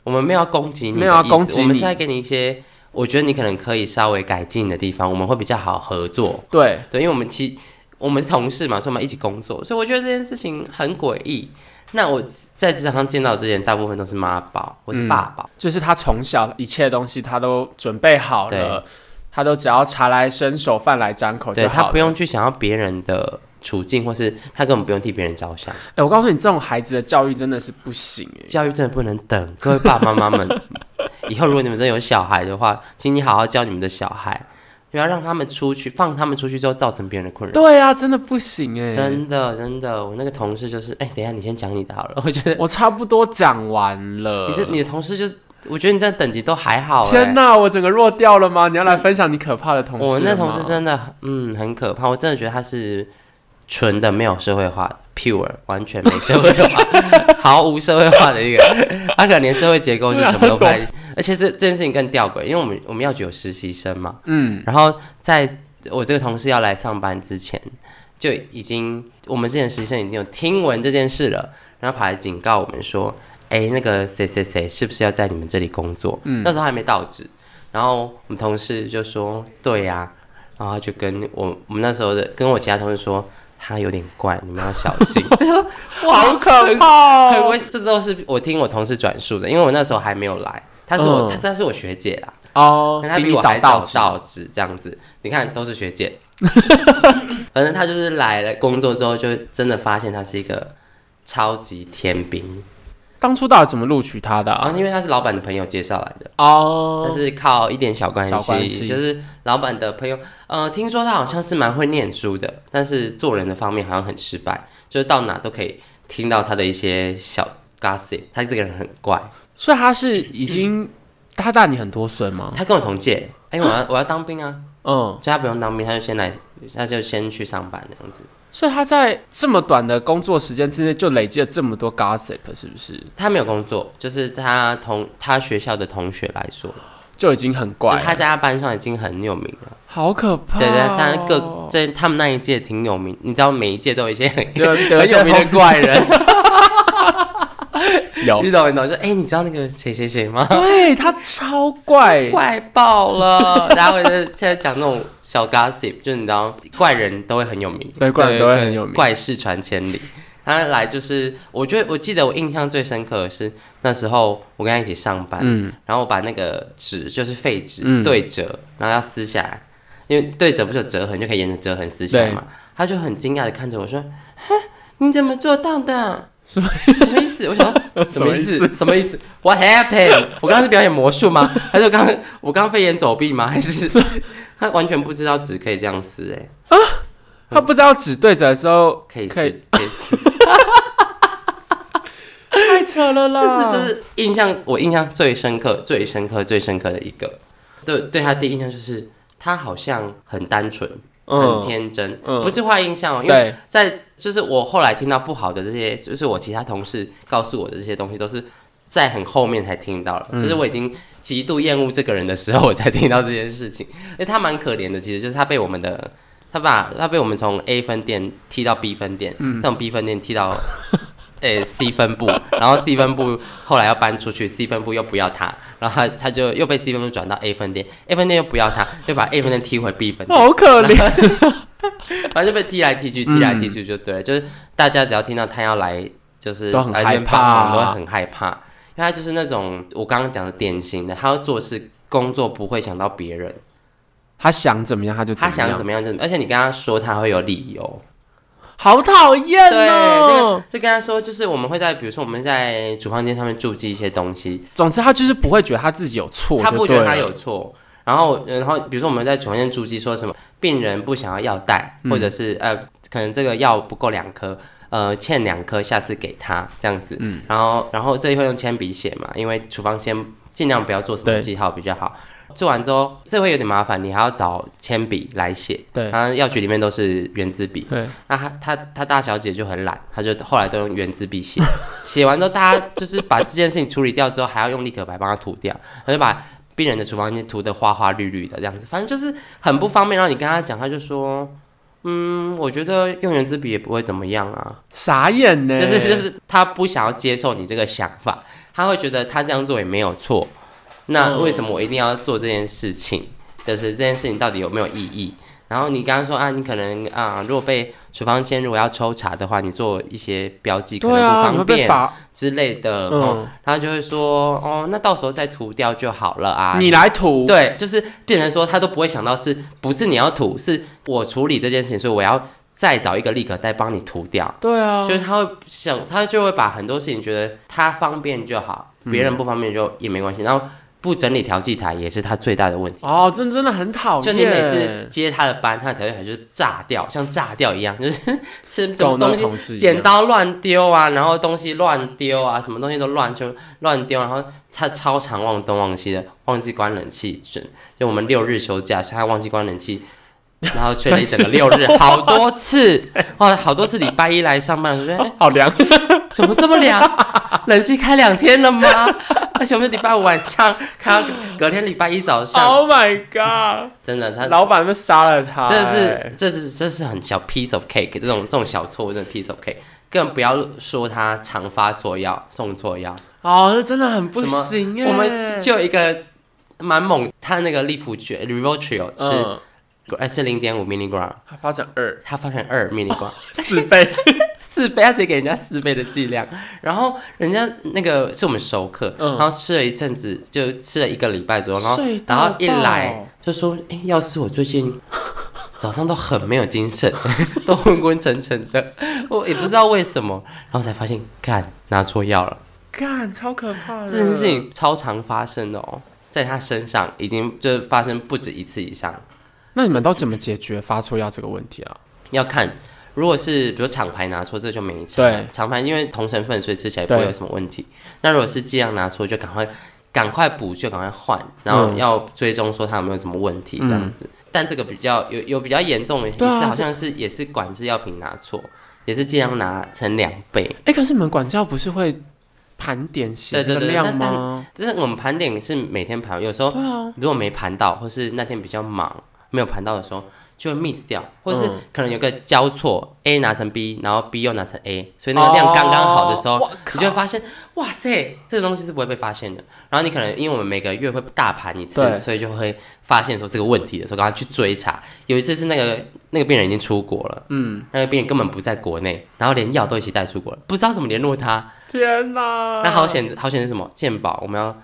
Speaker 1: 我们没有要攻击你的意思，
Speaker 2: 没有要攻击
Speaker 1: 我们
Speaker 2: 你
Speaker 1: 是在给你一些，我觉得你可能可以稍微改进的地方，我们会比较好合作。
Speaker 2: 对
Speaker 1: 对，因为我们其我们是同事嘛，所以我们一起工作，所以我觉得这件事情很诡异。那我在职场上见到这些人，大部分都是妈宝或是爸宝，
Speaker 2: 就是他从小一切东西他都准备好了，他都只要茶来伸手，饭来张口
Speaker 1: 对
Speaker 2: 哦就
Speaker 1: 他
Speaker 2: 好
Speaker 1: 不
Speaker 2: 了。
Speaker 1: 用去想要别人的处境，或是他根本不用替别人着想。
Speaker 2: 哎、我告诉你，这种孩子的教育真的是不行哎、
Speaker 1: 教育真的不能等，各位爸爸妈妈 们，以后如果你们真的有小孩的话，请你好好教你们的小孩，不要让他们出去，放他们出去之后造成别人的困扰。
Speaker 2: 对啊，真的不行哎、
Speaker 1: 真的，真的，我那个同事就是，哎、等一下，你先讲你的好了。我觉得
Speaker 2: 我差不多讲完了。
Speaker 1: 你这你的同事就是，我觉得你这样等级都还好、哎
Speaker 2: 呃天哪，我整个弱掉了吗？你要来分享你可怕的同事了吗？
Speaker 1: 我那同事真的，嗯，很可怕。我真的觉得他是纯的没有社会化，pure 完全没社会化， 毫无社会化的一个。他可能连社会结构是什么都不太，而且这这件事情更吊诡，因为我们我们要局有实习生嘛，嗯，然后在我这个同事要来上班之前，就已经我们之前实习生已经有听闻这件事了，然后跑来警告我们说，哎，那个谁谁谁是不是要在你们这里工作？嗯，那时候还没到职。然后我们同事就说：“对呀、然后他就跟我我们那时候的跟我其他同事说，他有点怪，你们要小 心。我说
Speaker 2: 好可怕
Speaker 1: 很
Speaker 2: 哦！
Speaker 1: 危，这都是我听我同事转述的，因为我那时候还没有来，她是我
Speaker 2: 嗯
Speaker 1: 她她是我学姐啦，
Speaker 2: 哦，
Speaker 1: 她
Speaker 2: 比
Speaker 1: 比
Speaker 2: 你
Speaker 1: 我还早
Speaker 2: 早到职
Speaker 1: 到职这样子，你看都是学姐。 反正她就是来了工作之后，就真的发现她是一个超级天兵，
Speaker 2: 当初到底怎么录取他的、
Speaker 1: 然
Speaker 2: 啊？
Speaker 1: 后因为她是老板的朋友介绍来的。
Speaker 2: 哦，
Speaker 1: 但是靠一点小关
Speaker 2: 小关
Speaker 1: 系，
Speaker 2: 系
Speaker 1: 就是老板的朋友，呃，听说他好像是蛮会念书的，但是做人的方面好像很失败，就是到哪都可以听到他的一些小 gossip。他这个人很怪，
Speaker 2: 所以他是已经、他大你很多岁吗？
Speaker 1: 他跟我同届，哎、我要我 要当兵啊，
Speaker 2: 嗯，
Speaker 1: 所以他不用当兵，他就先来，他就先去上班这样子。
Speaker 2: 所以他在这么短的工作时间之内就累积了这么多 gossip，是不是
Speaker 1: 他没有工作，就是他同他学校的同学来说，
Speaker 2: 就已经很
Speaker 1: 就
Speaker 2: 怪了？
Speaker 1: 他在他班上已经很有名了。
Speaker 2: 好可怕、哦！
Speaker 1: 对对，他各在他们那一届挺有名，你知道每一届都有 一些哦很
Speaker 2: 对对
Speaker 1: 很有名的怪人。
Speaker 2: 有
Speaker 1: 你懂你懂，就哎、你知道那个谁谁谁吗？
Speaker 2: 对他超 怪，
Speaker 1: 怪爆 了！然后我就现在讲那种小 gossip，就是你知道，怪人都会很有名，
Speaker 2: 对怪人都会很有名
Speaker 1: 怪事传千里。他来就是，我觉得我记得我印象最深刻的是那时候我跟他一起上班，
Speaker 2: 嗯
Speaker 1: 然后我把那个纸就是废纸、
Speaker 2: 嗯
Speaker 1: 对折，然后要撕下来，因为对折不是有折痕，就可以沿着折痕撕下来嘛。他就很惊讶的看着我说：“哈，你怎么做到的？什么意思？我想说 什么意思？什么意思？What happened？我刚刚是表演魔术吗？ 还是我刚刚我刚刚飞檐走壁吗？还是 他完全不知道纸可以这样撕、欸？哎，
Speaker 2: 他不知道纸对折之后
Speaker 1: 可以撕，
Speaker 2: 可
Speaker 1: 可
Speaker 2: 以
Speaker 1: 以撕。
Speaker 2: 太扯了
Speaker 1: 这是
Speaker 2: 啦！
Speaker 1: 这是印象我印象最深刻、最深刻、最深刻的一个。对对他第一印象就是他好像很单纯、很天真，
Speaker 2: 嗯
Speaker 1: 不是坏印象哦，因为
Speaker 2: 对，
Speaker 1: 在就是我后来听到不好的这些，就是我其他同事告诉我的这些东西，都是在很后面才听到了。就是我已经极度厌恶这个人的时候，我才听到这件事情。因为他蛮可怜的，其实就是他被我们的他把他被我们从 A 分店踢到 B 分店，再从 B 分店踢到诶、C 分部，然后 C 分部后来要搬出去，C 分部又不要他，然后他他就又被 C 分部转到 A 分店，A 分店又不要他，又把 A 分店踢回 B 分店。
Speaker 2: 好可怜。
Speaker 1: 反正
Speaker 2: 嗯
Speaker 1: 就被踢来踢去，踢来踢去就对了。就是大家只要听到他要来，就是
Speaker 2: 都很
Speaker 1: 来这边
Speaker 2: 害怕
Speaker 1: 帮忙都会很害怕，因为他就是那种我刚刚讲的典型的，他要做事工作不会想到别人，
Speaker 2: 他想怎么样他就怎么
Speaker 1: 他
Speaker 2: 样，
Speaker 1: 想怎么样就怎么样，而且你跟他说他会有理由，
Speaker 2: 好讨厌
Speaker 1: 对，
Speaker 2: 哦。
Speaker 1: 就就跟他说，就是我们会在比如说我们在主房间上面注记一些东西，
Speaker 2: 总之，他就是不会觉得他自己有错，
Speaker 1: 他不觉得他
Speaker 2: 就对了
Speaker 1: 有错。然后，然后比如说我们在重建注记说什么病人不想要药袋，
Speaker 2: 嗯
Speaker 1: 或者是呃，可能这个药不够两颗，呃，欠两颗，下次给他这样子。嗯。然后，然后这一会用铅笔写嘛，因为处方签尽量不要做什么
Speaker 2: 对
Speaker 1: 记号比较好。做完之后，这会有点麻烦，你还要找铅笔来写。
Speaker 2: 对
Speaker 1: 然后药局里面都是圆珠笔，
Speaker 2: 对，
Speaker 1: 那她她她大小姐就很懒，她就后来都用圆珠笔写，写完之后大家就是把这件事情处理掉之后，还要用立可白帮她涂掉，她就把病人的厨房间涂得花花绿绿的这样子，反正就是很不方便。然后你跟她讲，她就说。嗯，我觉得用圆珠笔也不会怎么样啊，
Speaker 2: 傻眼呢，
Speaker 1: 就是就是她不想要接受你这个想法，她会觉得她这样做也没有错，
Speaker 2: 嗯
Speaker 1: 那为什么我一定要做这件事情？就是这件事情到底有没有意义？然后你刚刚说啊，你可能啊，如果被处方签如果要抽查的话，你做一些标记可能
Speaker 2: 对
Speaker 1: 不
Speaker 2: 啊，你会
Speaker 1: 方
Speaker 2: 被
Speaker 1: 便
Speaker 2: 罚，
Speaker 1: 之类的，
Speaker 2: 嗯，
Speaker 1: 他就会说哦，那到时候再涂掉就好了啊。
Speaker 2: 你来涂，
Speaker 1: 对，就是变成说他都不会想到是不是你要涂，是我处理这件事情，所以我要再找一个立可带帮你涂掉。
Speaker 2: 对啊
Speaker 1: 就，是他会想，他就会把很多事情觉得他方便就好，别
Speaker 2: 嗯
Speaker 1: 人不方便就也没关系。然后不整理调剂台也是他最大的问题。
Speaker 2: 哦，真的真的很讨厌，
Speaker 1: 就你每次接他的班，他的调剂台就是炸掉，像炸掉一样，就是 是
Speaker 2: 跟我
Speaker 1: 东
Speaker 2: 那个
Speaker 1: 东西
Speaker 2: 同事一样
Speaker 1: 剪刀乱丢啊，然后东西乱丢啊，什么东西都乱就乱丢，然后他超常忘东忘西的，忘记关冷气，就就我们六日休假，所以他忘记关冷气。然后睡了一整个六 日，好多次，哇，好多次礼拜一来上班， 我觉得、哎
Speaker 2: 好凉，
Speaker 1: 怎么这么凉？ 冷气开两天了吗？而且我们礼拜五晚上开到隔天礼拜一早上，
Speaker 2: Oh my god！
Speaker 1: 真的，他
Speaker 2: 老板们杀了他、
Speaker 1: 这
Speaker 2: 哎
Speaker 1: 啊是这是这是很小 piece of cake，这种这种小错误，真的 piece of cake，更不要说他常发错药、送错药。
Speaker 2: 哦，这真的很不行哎。
Speaker 1: 我们就一个蛮猛，他那个利福爵 r e v o t r i o 是
Speaker 2: 嗯，
Speaker 1: 哎、是零点五 milligram，
Speaker 2: 他发展二
Speaker 1: 他发成二 milligram，
Speaker 2: 四倍，
Speaker 1: 四倍，他直接给人家四倍的剂量。然后人家那个是我们熟客，
Speaker 2: 嗯
Speaker 1: 然后吃了一阵子，就吃了一个礼拜左右，然后
Speaker 2: 睡
Speaker 1: 然
Speaker 2: 到
Speaker 1: 后一
Speaker 2: 爆
Speaker 1: 来就说：“哎、要是我最近早上都很没有精神， 都昏昏沉沉的，我也不知道为什么。”然后才发现，干拿错药了，
Speaker 2: 干超可怕的，
Speaker 1: 这件事情超常发生的哦，在他身上已经就是发生不止一次以上。
Speaker 2: 那你们都怎么解决发错药这个问题啊？
Speaker 1: 要看，如果是比如厂牌拿错，这就没差。
Speaker 2: 对，
Speaker 1: 厂牌因为同成分，所以吃起来不会
Speaker 2: 对
Speaker 1: 有什么问题。那如果是剂量拿错，就赶快赶快补，就赶快换，然后
Speaker 2: 嗯
Speaker 1: 要追踪说它有没有什么问题这样子。但这个比较有有比较严重的一次，
Speaker 2: 对啊
Speaker 1: 好像是也是管制药品拿错，也是剂量拿成两倍。
Speaker 2: 哎、可是你们管教不是会盘点写
Speaker 1: 对
Speaker 2: 那
Speaker 1: 对
Speaker 2: 个
Speaker 1: 对
Speaker 2: 量
Speaker 1: 但但
Speaker 2: 吗？
Speaker 1: 但是我们盘点是每天盘，有时候
Speaker 2: 对啊，
Speaker 1: 如果没盘到，或是那天比较忙没有盘到的时候，就会 miss 掉，或是
Speaker 2: 嗯
Speaker 1: 可能有个交错、a 拿成 B，然后 B 又拿成 A，所以那个量刚刚好的时候，
Speaker 2: 哦，
Speaker 1: 你就会发现，哇塞，这个东西是不会被发现的。然后你可能因为我们每个月会大盘一次
Speaker 2: 对，
Speaker 1: 所以就会发现说这个问题的时候，赶快去追查。有一次是那个那个病人已经出国了，嗯，那个病人根本不在国内，然后连药都一起带出国了，不知道怎么联络他。
Speaker 2: 天哪！
Speaker 1: 那好险，好险是什么？鉴宝，我们要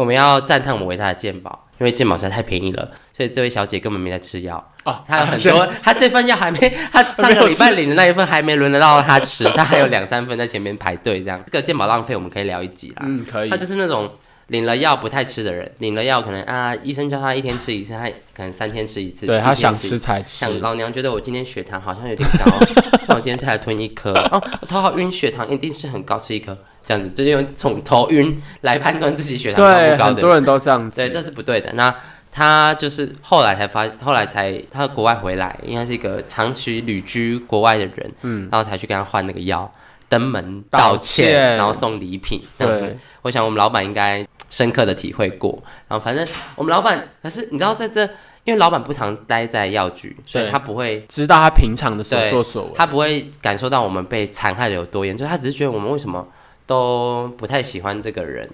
Speaker 1: 我们要赞叹我们伟大的鉴宝，因为鉴宝实在太便宜了，所以这位小姐根本没在吃药。
Speaker 2: 哦，
Speaker 1: 她有很
Speaker 2: 是
Speaker 1: 多，她这份药还没，她上个礼拜领的那一份还没轮得到她吃，她还有两三份在前面排队这样。这个鉴宝浪费我们可以聊一集啦。
Speaker 2: 嗯，可以
Speaker 1: 她，就是那种领了药不太吃的人，领了药可能啊，医生叫她一天吃一次，她可能三天吃一次，
Speaker 2: 对
Speaker 1: 四
Speaker 2: 他
Speaker 1: 天
Speaker 2: 想
Speaker 1: 一次
Speaker 2: 吃才吃
Speaker 1: 想，老娘觉得我今天血糖好像有点高， 那我今天才来吞一颗哦，我头好晕，血糖一定是很高，吃一颗这样子，就是用从头晕来判断自己血糖高
Speaker 2: 对，
Speaker 1: 不高
Speaker 2: 很
Speaker 1: 的，
Speaker 2: 多人都这样
Speaker 1: 对，
Speaker 2: 子，
Speaker 1: 这是不对的。那他就是后来才发，后来才他国外回来，应该是一个长期旅居国外的人，嗯，然后才去跟他换那个药，登门道
Speaker 2: 道歉
Speaker 1: 然后送礼品，这样子
Speaker 2: 对，
Speaker 1: 我想我们老板应该深刻的体会过。然后反正我们老板，可是你知道在这，因为老板不常待在药局，所以
Speaker 2: 对
Speaker 1: 他不会。
Speaker 2: 知道他平常的所
Speaker 1: 对
Speaker 2: 作所为，
Speaker 1: 他不会感受到我们被残害的有多严重，他只是觉得我们为什么都不太喜欢这个人。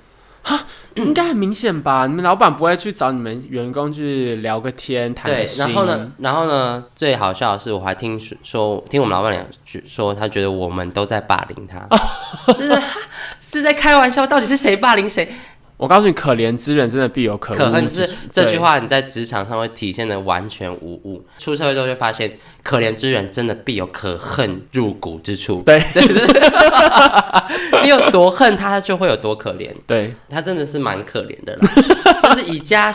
Speaker 2: 应该很明显吧？你们老板不会去找你们员工去聊个天、谈
Speaker 1: 对
Speaker 2: 个，心，
Speaker 1: 然后呢，然后呢，最好笑的是，我还听说说听我们老板娘去说，他觉得我们都在霸凌 他，就是是在开玩笑，到底是谁霸凌谁？
Speaker 2: 我告诉你，可怜之人真的必有可恶
Speaker 1: 可恨是
Speaker 2: 之处。
Speaker 1: 这
Speaker 2: 对
Speaker 1: 句，话，你在职场上会体现的完全无误。出社会之后就发现，可怜之人真的必有可恨入骨之处。
Speaker 2: 对
Speaker 1: 对对， 你有多恨他，就会有多可怜。
Speaker 2: 对
Speaker 1: 他真的是蛮可怜的啦， 就是以家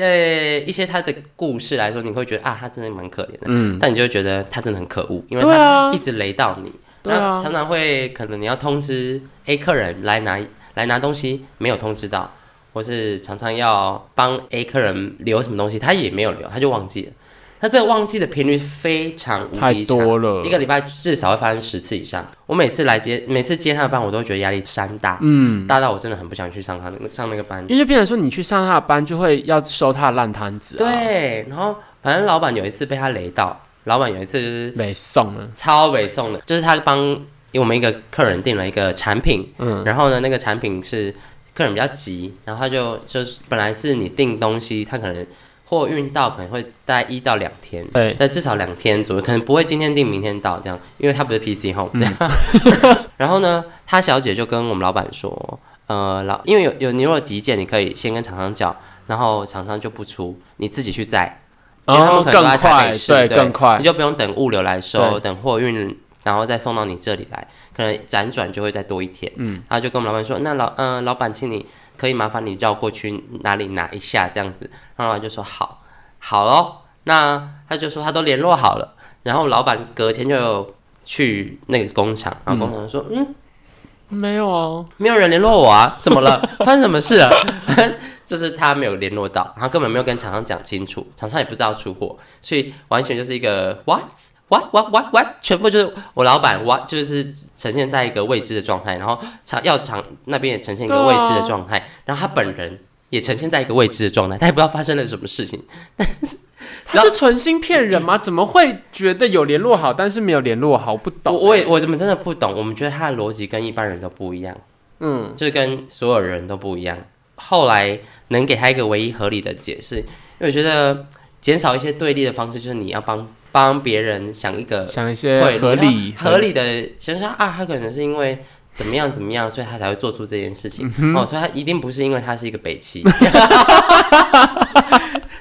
Speaker 1: 呃一些他的故事来说，你会觉得啊，他真的蛮可怜的，嗯，但你就会觉得他真的很可恶，因为
Speaker 2: 对
Speaker 1: 他
Speaker 2: 啊
Speaker 1: 一直雷到你，
Speaker 2: 对啊
Speaker 1: 那常常会可能你要通知 A 客人来拿来拿东西，没有通知到，或是常常要帮 A 客人留什么东西，他也没有留，他就忘记了，他这个忘记的频率非常无
Speaker 2: 太
Speaker 1: 敌长。
Speaker 2: 多了
Speaker 1: 一。个礼拜至少会发生十次以上。我每次来接，每次接他的班，我都觉得压力山大，嗯，大到我真的很不想去上他那个上那个班。
Speaker 2: 因为就变成说，你去上他的班，就会要收他的烂摊子、啊，，
Speaker 1: 对，然后反正老板有一次被他雷到，老板有一次就是
Speaker 2: 没送了，
Speaker 1: 超北宋的，就是他帮我们一个客人订了一个产品，嗯，然后呢，那个产品是客人比较急，然后他就就是本来是你订东西，他可能货运到可能会待一到两天，
Speaker 2: 对，
Speaker 1: 但至少两天左右，可能不会今天订明天到这样，因为他不是 PC home。然后呢，他小姐就跟我们老板说，呃，老因为有有你如果急件，你可以先跟厂商叫，然后厂商就不出，你自己去载，因为他们
Speaker 2: 哦，
Speaker 1: 可能
Speaker 2: 更
Speaker 1: 都在台
Speaker 2: 快
Speaker 1: 北，市，
Speaker 2: 对，更快
Speaker 1: 你，就不用等物流来收，
Speaker 2: 对
Speaker 1: 等货运，然后再送到你这里来，可能辗转就会再多一天。嗯，然后就跟我们老板说，那老嗯、老板，请你可以麻烦你绕过去哪里拿一下这样子。然后老板就说好，好咯。那他就说他都联络好了，然后老板隔天就去那个工厂，然后工厂就说，嗯
Speaker 2: 没有啊，
Speaker 1: 没有人联络我啊，怎么了？ 发生什么事了？就是他没有联络到，然后根本没有跟厂商讲清楚，厂商也不知道出货，所以完全就是一个 what what what what what，全部就是我老板 what 就是呈现在一个未知的状态，然后厂药厂那边也呈现一个
Speaker 2: 对
Speaker 1: 未
Speaker 2: 啊
Speaker 1: 知的状态，然后他本人也呈现在一个未知的状态，他也不知道发生了什么事情，
Speaker 2: 他是存心骗人 吗？怎么会觉得有联络好，但是没有联络好？我不懂
Speaker 1: 我
Speaker 2: 欸，
Speaker 1: 我也我怎么真的不懂，我们觉得他的逻辑跟一般人都不一样，
Speaker 2: 嗯，
Speaker 1: 就是跟所有人都不一样。后来能给他一个唯一合理的解释，因为我觉得减少一些对立的方式，就是你要帮帮别人想一个
Speaker 2: 想一些
Speaker 1: 退路
Speaker 2: 合理
Speaker 1: 然后合，理的，想说啊，他可能是因为。怎么样？怎么样？所以他才会做出这件事情、
Speaker 2: 嗯
Speaker 1: 哦，所以他一定不是因为他是一个北齐。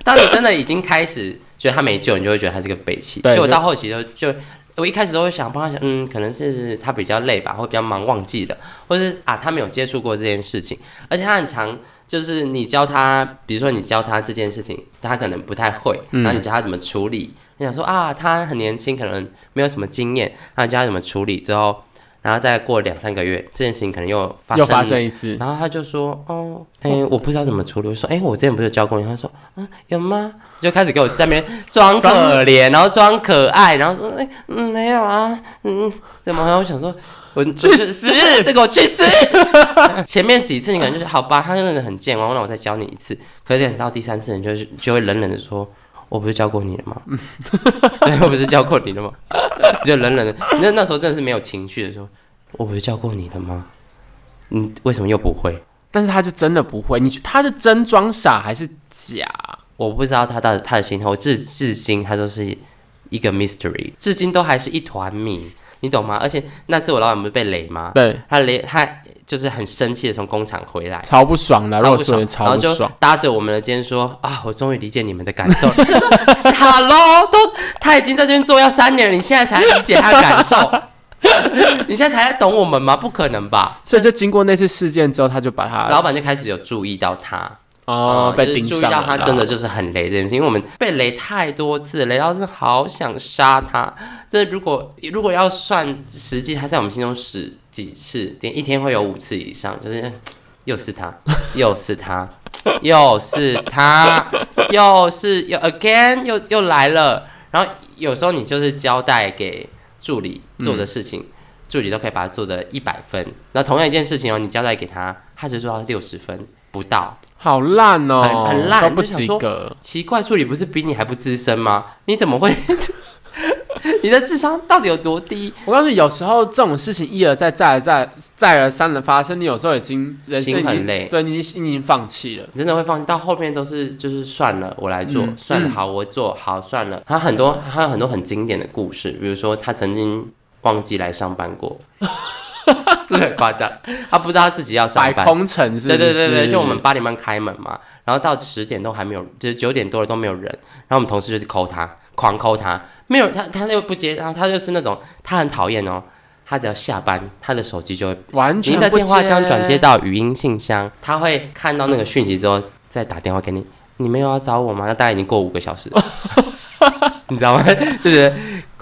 Speaker 1: 当你真的已经开始觉得他没救，你就会觉得他是个北齐。
Speaker 2: 对
Speaker 1: 所以我
Speaker 2: 就
Speaker 1: 到后期就就我一开始都会想帮他想，嗯，可能是他比较累吧，或比较忙忘记了，或是啊他没有接触过这件事情，而且他很常就是你教他，比如说你教他这件事情，他可能不太会，
Speaker 2: 嗯
Speaker 1: 然后你教他怎么处理，你想说啊他很年轻，可能没有什么经验，然后你教他怎么处理之后，然后再过两三个月，这件事情可能又发
Speaker 2: 又
Speaker 1: 生
Speaker 2: 发
Speaker 1: 了。
Speaker 2: 生一次，
Speaker 1: 然后他就说：“哦，哎、我不知道怎么处理。”我说：“哎、我之前不是有教过你？”他说：“嗯，有吗？”就开始给我在那边装可怜，然后装可爱，然后说：“哎、嗯，没有啊，嗯，怎么了？”我想说，我
Speaker 2: 去死
Speaker 1: 这这个我去死！ 前面几次你可能就是好吧，他真的很贱，然后让我再教你一次。可是你到第三次，你就是就会冷冷的说：“我不是教过你了 吗？”对，我不是教过你了吗？你就冷冷的，那那时候真的是没有情绪的说：“我不是教过你的吗？”你为什么又不会？
Speaker 2: 但是他就真的不会，你觉他是真装傻还是假？
Speaker 1: 我不知道他到底他的心态，我至至今他都是一个 mystery，至今都还是一团谜，你懂吗？而且那次我老板不是被雷吗？
Speaker 2: 对，
Speaker 1: 他雷他就是很生气的从工厂回来，
Speaker 2: 超不爽的，如
Speaker 1: 超
Speaker 2: 果
Speaker 1: 不
Speaker 2: 说
Speaker 1: 爽
Speaker 2: 人，
Speaker 1: 然
Speaker 2: 超
Speaker 1: 后
Speaker 2: 不
Speaker 1: 就
Speaker 2: 爽，
Speaker 1: 搭着我们的肩说啊，我终于理解你们的感受 了。就说傻喽，都他已经在这边做要三年了，你现在才理解他的感受， 你现在才懂我们吗？不可能吧？
Speaker 2: 所以就经过那次事件之后，他就把他
Speaker 1: 老板就开始有注意到他，
Speaker 2: 哦
Speaker 1: 嗯
Speaker 2: 被
Speaker 1: 就是
Speaker 2: 盯
Speaker 1: 注
Speaker 2: 上
Speaker 1: 意到
Speaker 2: 了，
Speaker 1: 他真的就是很雷这件事情，因为我们被雷太多次，雷到是好想杀他。这如果如果要算实际，他在我们心中死几次，一天会有五次以上，就是嗯又是 他，又是他，又是他，又是又 again 又又来了。然后有时候你就是交代给助理做的事
Speaker 2: 嗯
Speaker 1: 情。助理都可以把它做的一百分，那同样一件事情哦，你交代给他，他只做到六十分不到，
Speaker 2: 好烂哦，
Speaker 1: 很很烂
Speaker 2: 都不
Speaker 1: 就想
Speaker 2: 及
Speaker 1: 说
Speaker 2: 格。
Speaker 1: 奇怪，助理不是比你还不资深吗？你怎么会？ 你的智商到底有多低？
Speaker 2: 我告诉你，有时候这种事情一而再、再而再、再而三的发生，你有时候已经人生已
Speaker 1: 心很
Speaker 2: 经
Speaker 1: 累
Speaker 2: 对你已经你已经放弃了。
Speaker 1: 你真的会放弃？到后面都是就是算了，我来做，
Speaker 2: 嗯
Speaker 1: 算了，
Speaker 2: 嗯
Speaker 1: 好，我做好，算了。还有很多，还有很多很经典的故事，比如说他曾经忘记来上班 过，这很夸张，他不知道他自己要上
Speaker 2: 摆
Speaker 1: 班。
Speaker 2: 空城是不
Speaker 1: 对
Speaker 2: 是？
Speaker 1: 对
Speaker 2: 嗯
Speaker 1: 对对，就我们八点半开门嘛，然后到十点都还没有，就是九点多了都没有人，然后我们同事就是抠他，狂抠他，没有他他又不接，然后他就是那种他很讨厌哦，他只要下班，他的手机就会
Speaker 2: 完全
Speaker 1: 您的
Speaker 2: 不
Speaker 1: 电话将转接
Speaker 2: 接
Speaker 1: 到语音信箱，他会看到那个讯息之后再打电话给你。你没有要找我吗？那大概已经过五个小 时了，你知道吗？就是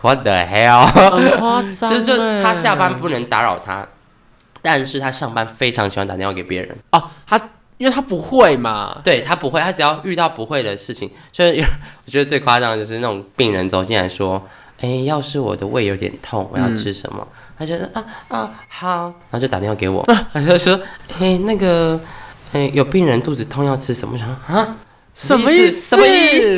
Speaker 1: what the hell，
Speaker 2: 很夸张
Speaker 1: 就
Speaker 2: 欸，
Speaker 1: 是就他下班不能打扰他，但是他上班非常喜欢打电话给别人。
Speaker 2: 哦，他因为他不会嘛，
Speaker 1: 对他不会，他只要遇到不会的事情，所以 我觉得最夸张的就是那种病人走进来说：“哎、要是我的胃有点痛，我要吃什么？”他觉得啊啊好，然后就打电话给我，他就说：“哎、那个，哎、有病人肚子痛要吃什么？”我想说啊，
Speaker 2: 什么
Speaker 1: 意
Speaker 2: 意
Speaker 1: 什么意？思？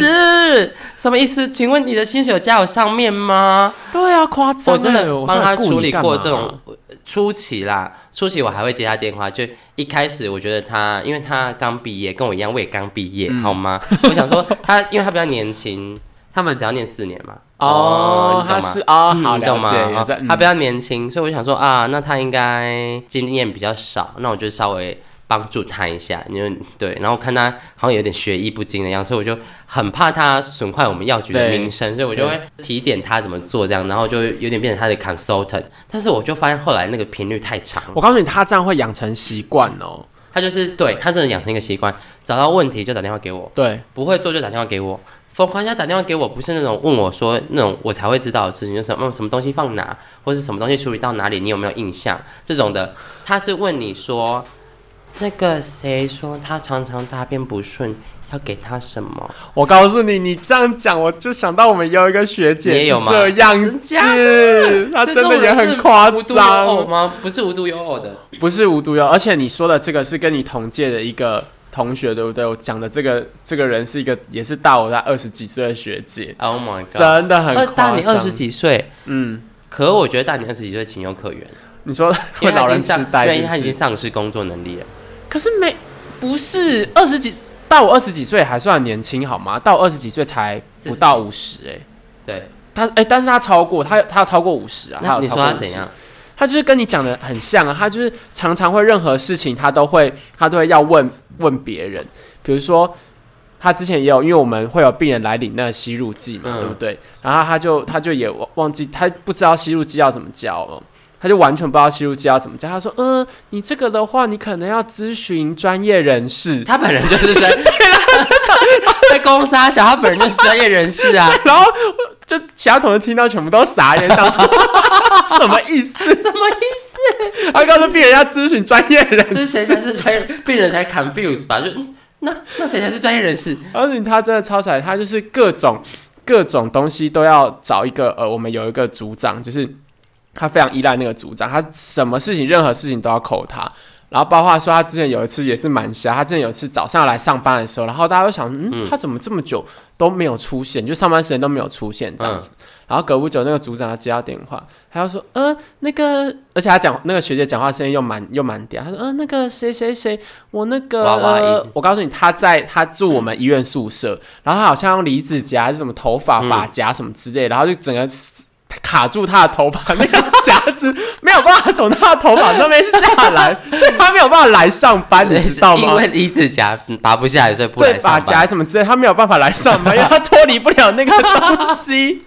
Speaker 1: 什么意思？请问你的薪水有加我上面吗？
Speaker 2: 对啊，夸张欸，
Speaker 1: 我真的
Speaker 2: 我
Speaker 1: 帮他
Speaker 2: 到底雇你
Speaker 1: 处理
Speaker 2: 干
Speaker 1: 过
Speaker 2: 嘛
Speaker 1: 这种呃初期啦，初期我还会接他电话。就一开始我觉得他，因为他刚毕业，跟我一样，我也刚毕业，
Speaker 2: 嗯
Speaker 1: 好吗？我想说他，因为他比较年轻，他们只要念四年嘛。
Speaker 2: 哦，
Speaker 1: 你
Speaker 2: 他
Speaker 1: 懂吗
Speaker 2: 是？哦，
Speaker 1: 嗯
Speaker 2: 好
Speaker 1: 你
Speaker 2: 了
Speaker 1: 懂吗？
Speaker 2: 解，有
Speaker 1: 啊
Speaker 2: 在嗯
Speaker 1: 他比较年轻，所以我想说啊，那他应该经验比较少，那我就稍微帮助他一下。因为对，然后看他好像有点学艺不精的样子，所以我就很怕他损坏我们药局的
Speaker 2: 对
Speaker 1: 名声，所以我就会提点他怎么做这样，然后就有点变成他的 consultant。但是我就发现后来那个频率太长了，
Speaker 2: 我告诉你，他这样会养成习惯哦。
Speaker 1: 他就是对他真的养成一个习惯，找到问题就打电话给我，
Speaker 2: 对，
Speaker 1: 不会做就打电话给我。疯狂一下打电话给我，不是那种问我说那种我才会知道的事情，就是什么什么东西放哪，或是什么东西处理到哪里，你有没有印象这种的。他是问你说，那个谁说他常常大便不顺，要给他什么？
Speaker 2: 我告诉你，你这样讲，我就想到我们有一个学
Speaker 1: 你
Speaker 2: 姐
Speaker 1: 也
Speaker 2: 是
Speaker 1: 有吗
Speaker 2: 这样
Speaker 1: 真假
Speaker 2: 子，她
Speaker 1: 所以
Speaker 2: 真的
Speaker 1: 这种
Speaker 2: 也
Speaker 1: 人
Speaker 2: 很
Speaker 1: 是
Speaker 2: 夸
Speaker 1: 无独哦有偶
Speaker 2: 张，
Speaker 1: 吗？不是无独有偶的，
Speaker 2: 不是无独有，而且你说的这个是跟你同届的一个同学，对不对？我讲的这个这个人是一个也是大我在二十几岁的学姐，
Speaker 1: Oh my god！
Speaker 2: 真的很
Speaker 1: 二
Speaker 2: 夸张。
Speaker 1: 大你二十，几岁，
Speaker 2: 嗯，
Speaker 1: 可我觉得大你二十几岁情有可原，
Speaker 2: 你说
Speaker 1: 因
Speaker 2: 会
Speaker 1: 为他
Speaker 2: 老
Speaker 1: 已
Speaker 2: 人
Speaker 1: 经
Speaker 2: 痴
Speaker 1: 丧，
Speaker 2: 呆
Speaker 1: 对，
Speaker 2: 是
Speaker 1: 他已
Speaker 2: 不
Speaker 1: 经
Speaker 2: 是，
Speaker 1: 丧失工作能力了。
Speaker 2: 可是没不是二十几。到我二十几岁还算年轻好吗？到我二十几岁才不到五十哎，
Speaker 1: 对，
Speaker 2: 他哎、但是他超过他他有超过五十啊，他
Speaker 1: 那
Speaker 2: 有
Speaker 1: 你
Speaker 2: 超
Speaker 1: 说
Speaker 2: 过
Speaker 1: 他
Speaker 2: 50
Speaker 1: 怎样？
Speaker 2: 他就是跟你讲的很像啊，他就是常常会任何事情他都会他都会要问问别人，比如说他之前也有，因为我们会有病人来领那个吸入剂嘛，
Speaker 1: 嗯
Speaker 2: 对不对？然后他就他就也忘忘记他不知道吸入剂要怎么教哦。他就完全不知道吸入剂要怎么教。他说：“嗯，你这个的话，你可能要咨询专业人士。
Speaker 1: 他本人就是专，
Speaker 2: 啊
Speaker 1: 在公司啊，小他本人就是专业人士啊，”
Speaker 2: 然后就其他同事听到全部都傻眼，想说 什么意思？
Speaker 1: 什么意
Speaker 2: 他告诉病人要咨询专业人
Speaker 1: 思？
Speaker 2: 士，
Speaker 1: 是谁才是专业？病人才 confuse 吧？就嗯那那谁才是专业人士？
Speaker 2: 而且他真的超惨，他就是各种各种东西都要找一个呃，我们有一个组长，就是他非常依赖那个组长，他什么事情任何事情都要扣他。然后包括说他之前有一次也是蛮瞎，他之前有一次早上来上班的时候，然后大家都想，嗯，他怎么这么久都没有出现，就上班时间都没有出现这样子。然后隔不久那个组长他接到电话，他就说，呃，那个，而且他讲那个学姐讲话声音又蛮又蛮嗲，他说，呃，那个谁谁谁，我那个，
Speaker 1: 娃娃音
Speaker 2: 呃我告诉你，他在他住我们医院宿舍，然后他好像用离子夹还是什么头发
Speaker 1: 嗯
Speaker 2: 发夹什么之类，然后就整个卡住他的头发，那个夹子 没有办法从他的头发上面下来，所以他没有办法来上班，你知道
Speaker 1: 是因
Speaker 2: 吗
Speaker 1: 为？离子夹拔不下来，所以不
Speaker 2: 对
Speaker 1: 来，
Speaker 2: 发
Speaker 1: 上
Speaker 2: 夹
Speaker 1: 班。
Speaker 2: 什么之类，他没有办法来上 班，因为他脱离不了那个东西。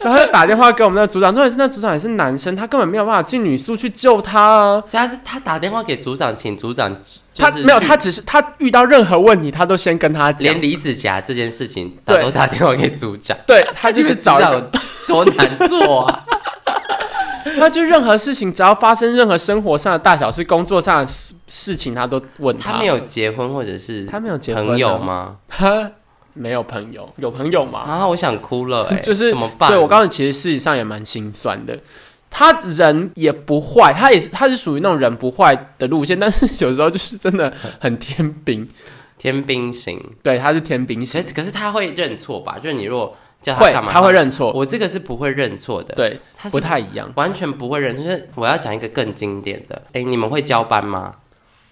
Speaker 2: 然后他打电话给我们的组长，重点是那组长也是男生，他根本没有办法进女宿去救他啊。
Speaker 1: 所以他是他打电话给组长，请组长就
Speaker 2: 他
Speaker 1: 是
Speaker 2: 没有，
Speaker 1: 去
Speaker 2: 他只是他遇到任何问题，他都先跟他讲
Speaker 1: 连。离子夹这件事情，他
Speaker 2: 对
Speaker 1: 都打电话给组长，
Speaker 2: 对 他 就是找一
Speaker 1: 你
Speaker 2: 个
Speaker 1: 们知道有多难做 啊！
Speaker 2: 他就任何事情，只要发生任何生活上的大小事、工作上的事事情，他都问
Speaker 1: 他没有结婚或者是
Speaker 2: 他没有结婚啊
Speaker 1: 朋友吗？
Speaker 2: 他没有朋友，有朋友吗？
Speaker 1: 啊，我想哭了哎，
Speaker 2: 就是
Speaker 1: 怎么办？
Speaker 2: 对我告诉你，其实事实上也蛮心酸的。他人也不坏，他也是他是属于那种人不坏的路线，但是有时候就是真的很天兵，
Speaker 1: 天兵型。
Speaker 2: 对，他是天兵
Speaker 1: 可
Speaker 2: 型，
Speaker 1: 是可是他会认错吧？就是你如果叫他
Speaker 2: 嗯会
Speaker 1: 干嘛，
Speaker 2: 他会。认错，
Speaker 1: 我这个是不会认错的，
Speaker 2: 对，
Speaker 1: 他
Speaker 2: 不
Speaker 1: 是
Speaker 2: 太一样，
Speaker 1: 完全不会认错。就是我要讲一个更经典的，哎、你们会交班吗？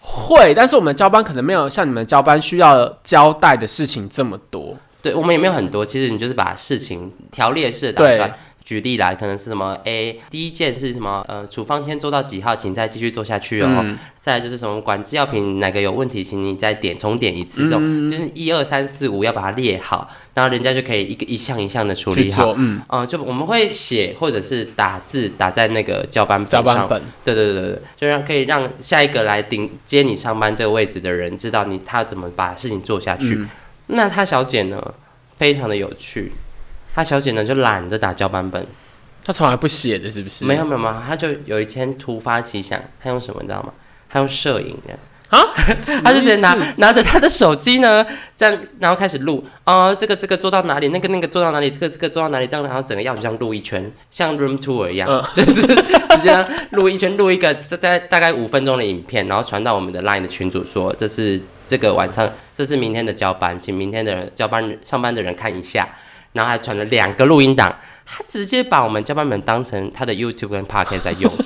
Speaker 2: 会，但是我们交班可能没有像你们交班需要交代的事情这么多，
Speaker 1: 对我们也没有很多，其实你就是把事情条列式的打
Speaker 2: 对
Speaker 1: 出来。举例啦，可能是什么 A，第一件是什么？呃，处方签做到几号，请再继续做下去哦。
Speaker 2: 嗯，
Speaker 1: 再来就是什么管制药品哪个有问题，请你再点重点一次，这种、
Speaker 2: 嗯
Speaker 1: 就是一二三四五要把它列好，然后人家就可以一个一项一项的处
Speaker 2: 去
Speaker 1: 理好。
Speaker 2: 做，嗯，
Speaker 1: 嗯、就我们会写或者是打字打在那个交班本
Speaker 2: 交
Speaker 1: 上，
Speaker 2: 班本。
Speaker 1: 对对对对对，就让可以让下一个来顶接你上班这个位置的人知道你他怎么把事情做下
Speaker 2: 嗯
Speaker 1: 去。那他小姐呢，非常的有趣。他小姐呢就懒得打交班本，
Speaker 2: 他从来不写的，是不是？
Speaker 1: 没有没有没有，他就有一天突发奇想，他用什么你知道吗？他用摄影的。
Speaker 2: 啊
Speaker 1: 他就直接拿拿着他的手机呢，这样，然后开始录，哦，这个这个做到哪里，那个那个做到哪里，这个这个做到哪里，这样，然后整个药局这样录一圈，像 room tour 一样，
Speaker 2: 嗯
Speaker 1: 就是直接录一圈，录一个大概大概五分钟的影片，然后传到我们的 line 的群组说，这是这个晚上，这是明天的交班，请明天的人交班上班的人看一下，然后还传了两个录音档，他直接把我们交班们当成他的 YouTube 跟 Podcast 在用。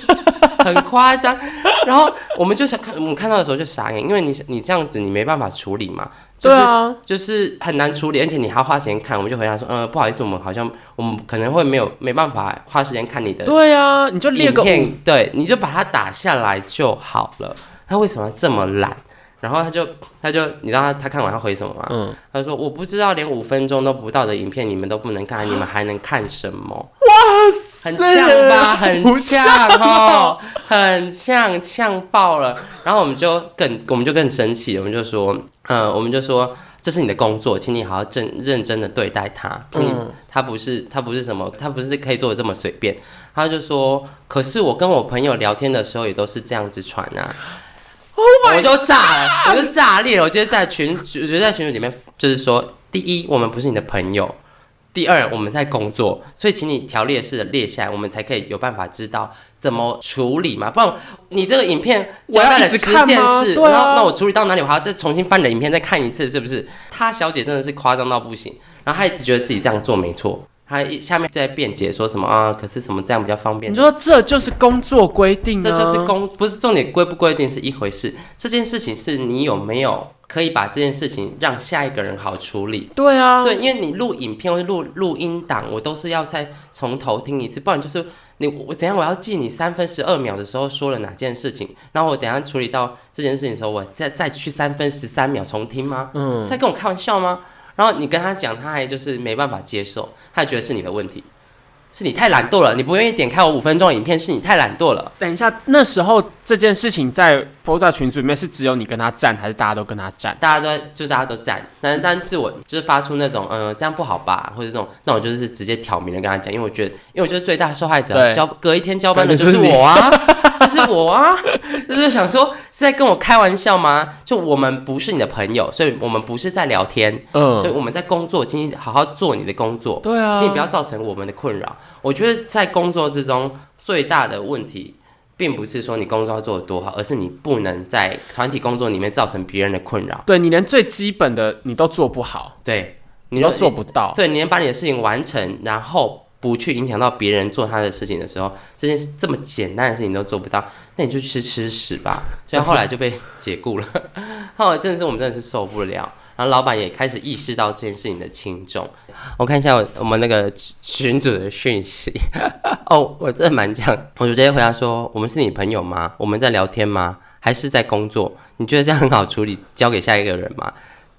Speaker 1: 很夸张。然后我们就想看，我们看到的时候就傻眼，因为你你这样子你没办法处理嘛，就
Speaker 2: 对
Speaker 1: 是、
Speaker 2: 啊，
Speaker 1: 就是很难处理，而且你还要花时间看。我们就回答说，嗯，不好意思，我们好像我们可能会没有没办法花时间看你的
Speaker 2: 对啊，你就列个
Speaker 1: 影片
Speaker 2: 五，
Speaker 1: 对，你就把它打下来就好了。他为什么这么懒？然后他就他就你知道他他看完他回什么吗？
Speaker 2: 嗯
Speaker 1: 他说我不知道，连五分钟都不到的影片你们都不能看，你们还能看什么？哇塞，很呛吧，很呛哦，很呛，呛爆了。然后我们就更我们就更生气，我们就说，呃，我们就说。这是你的工作，请你好好正认真的对待他。嗯，他不是他不是什么，他不是可以做的这么随便。他就说，可是我跟我朋友聊天的时候也都是这样子传啊。
Speaker 2: Oh
Speaker 1: 我就炸了，我就炸裂了。我觉得在群，我觉得在群组里面，就是说，第一，我们不是你的朋友；第二，我们在工作，所以请你条列式的列下来，我们才可以有办法知道怎么处理嘛。不然你这个影片交代了十
Speaker 2: 我要一直
Speaker 1: 件
Speaker 2: 看吗
Speaker 1: 事，
Speaker 2: 对啊
Speaker 1: 然后那我处理到哪里，我还要再重新翻你的影片再看一次，是不是？她小姐真的是夸张到不行，然后她一直觉得自己这样做没错。她一下面在辩解说什么啊？可是什么这样比较方便
Speaker 2: 你？说这就是工作规定、啊，
Speaker 1: 这就是公，不是重点规不规定是一回事，这件事情是你有没有可以把这件事情让下一个人好处理。
Speaker 2: 对啊，
Speaker 1: 对，因为你录影片或者录录音档，我都是要再从头听一次，不然就是你我怎样，我要记你三分十二秒的时候说了哪件事情，然后我等一下处理到这件事情的时候，我再再去三分十三秒重听吗？嗯，在跟我开玩笑吗？然后你跟他讲，他还就是没办法接受，他还觉得是你的问题，是你太懒惰了，你不愿意点开我五分钟影片，是你太懒惰了。
Speaker 2: 等一下，那时候这件事情在播在群组里面是只有你跟他站，还是大家都跟他站？
Speaker 1: 大家都在就大家都站，但但是我就是发出那种嗯、呃这样不好吧，或者这种，那我就是直接挑明的跟他讲，因为我觉得，因为我觉得最大的受害者啊
Speaker 2: 对
Speaker 1: 交隔一天交班的
Speaker 2: 对
Speaker 1: 就
Speaker 2: 就是是你
Speaker 1: 我啊，就是我啊， 就是想说是在跟我开玩笑吗？就我们不是你的朋友，所以我们不是在聊天，所以
Speaker 2: 嗯，
Speaker 1: 我们在工作，请你好好做你的工作，
Speaker 2: 对啊
Speaker 1: 请，你不要造成我们的困扰。我觉得在工作之中最大的问题，并不是说你工作要做得多好，而是你不能在团体工作里面造成别人的困扰。
Speaker 2: 对你连最基本的你都做不好，
Speaker 1: 对，你
Speaker 2: 你都
Speaker 1: 就
Speaker 2: 做，不 到。
Speaker 1: 对，你能把你的事情完成，然后不去影响到别人做他的事情的时候，这件事这么简单的事情都做不到，那你就去吃屎吧。所以后来就被解雇了， 后来真的是我们真的是受不了。然后老板也开始意识到这件事情的轻重。我看一下我我们那个群主的讯息。哦，我真的蛮这样，我就直接回答说：我们是你朋友吗？我们在聊天吗？还是在工作？你觉得这样很好处理，交给下一个人吗？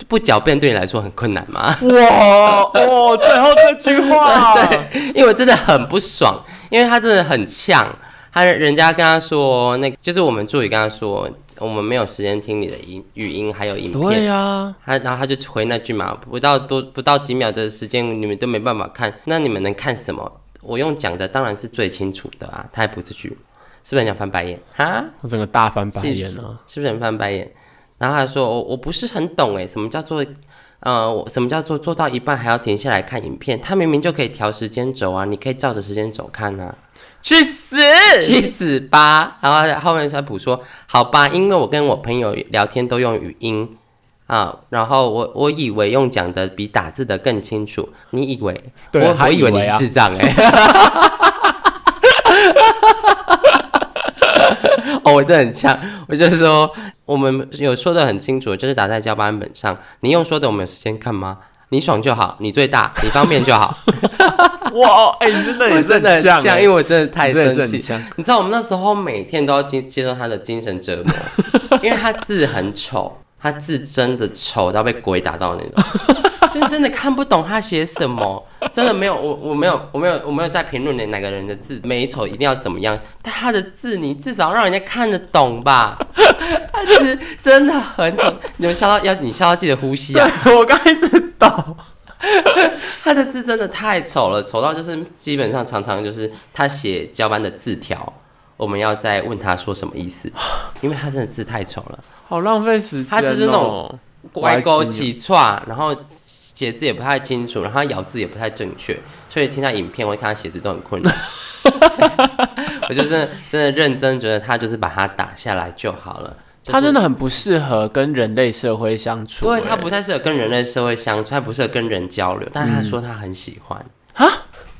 Speaker 1: 不狡辩对你来说很困难吗？
Speaker 2: 哇哦，最后这句话， 对，
Speaker 1: 因为我真的很不爽，因为他真的很呛，他人家跟他说，那就是我们助理跟他说，我们没有时间听你的音语音还有影
Speaker 2: 对啊
Speaker 1: 片。
Speaker 2: 呀、
Speaker 1: 他然后他就回那句嘛，不到多不到几秒的时间，你们都没办法看，那你们能看什么？我用讲的当然是最清楚的啊，他还不是句，是不是很想翻白眼哈？
Speaker 2: 我整个大翻白
Speaker 1: 是不
Speaker 2: 眼
Speaker 1: 是
Speaker 2: 啊！
Speaker 1: 是不是很翻白眼？然后他说我我不是很懂哎，什么叫做呃，我什么叫做做到一半还要停下来看影片？他明明就可以调时间轴啊，你可以照着时间轴看啊，
Speaker 2: 去死！
Speaker 1: 去死吧！然后后面才补说，好吧，因为我跟我朋友聊天都用语音啊，然后我我以为用讲的比打字的更清楚，你以为？
Speaker 2: 对
Speaker 1: 我
Speaker 2: 他
Speaker 1: 我以为
Speaker 2: 以为
Speaker 1: 你是
Speaker 2: 啊
Speaker 1: 智障哎、 哦，我真的很呛，我就说我们有说的很清楚，就是打在交班本上。你用说的，我们有时间看吗？你爽就好，你最大，你方便就 好。
Speaker 2: 哇，哎、你真的
Speaker 1: 我
Speaker 2: 也是
Speaker 1: 真的
Speaker 2: 很
Speaker 1: 很
Speaker 2: 像、欸
Speaker 1: 呛，因为我真的太
Speaker 2: 你真的
Speaker 1: 生
Speaker 2: 是
Speaker 1: 气。
Speaker 2: 很像
Speaker 1: 你知道我们那时候每天都要接接受他的精神折磨，因为他字很丑，他字真的丑到被鬼打到那种， 真真的看不懂他写什么，真的没有我我没有我没有我没有在评论哪个人的字美丑一定要怎么样，但他的字你至少让人家看得懂吧， 他字真的很丑，你们笑到要你笑到记得呼吸啊，
Speaker 2: 对，我 刚才一直抖。
Speaker 1: 他的字真的太丑了，丑到就是基本上常常就是他写交班的字条，我们要再问他说什么意思，因为他真的字太丑了，
Speaker 2: 好浪费时间、哦，
Speaker 1: 他就是那种
Speaker 2: 歪
Speaker 1: 歪
Speaker 2: 七
Speaker 1: 勾起错，然后写字也不太清楚，然后他咬字也不太正确，所以听他影片我会看他写字都很困 难。我就真的真的认真觉得他就是把它打下来就好了，就是
Speaker 2: 他真的很不适合跟人类社会相处、
Speaker 1: 对
Speaker 2: 哎
Speaker 1: 他不太适合跟人类社会相处，他不适合跟人交流，但他说他很喜欢。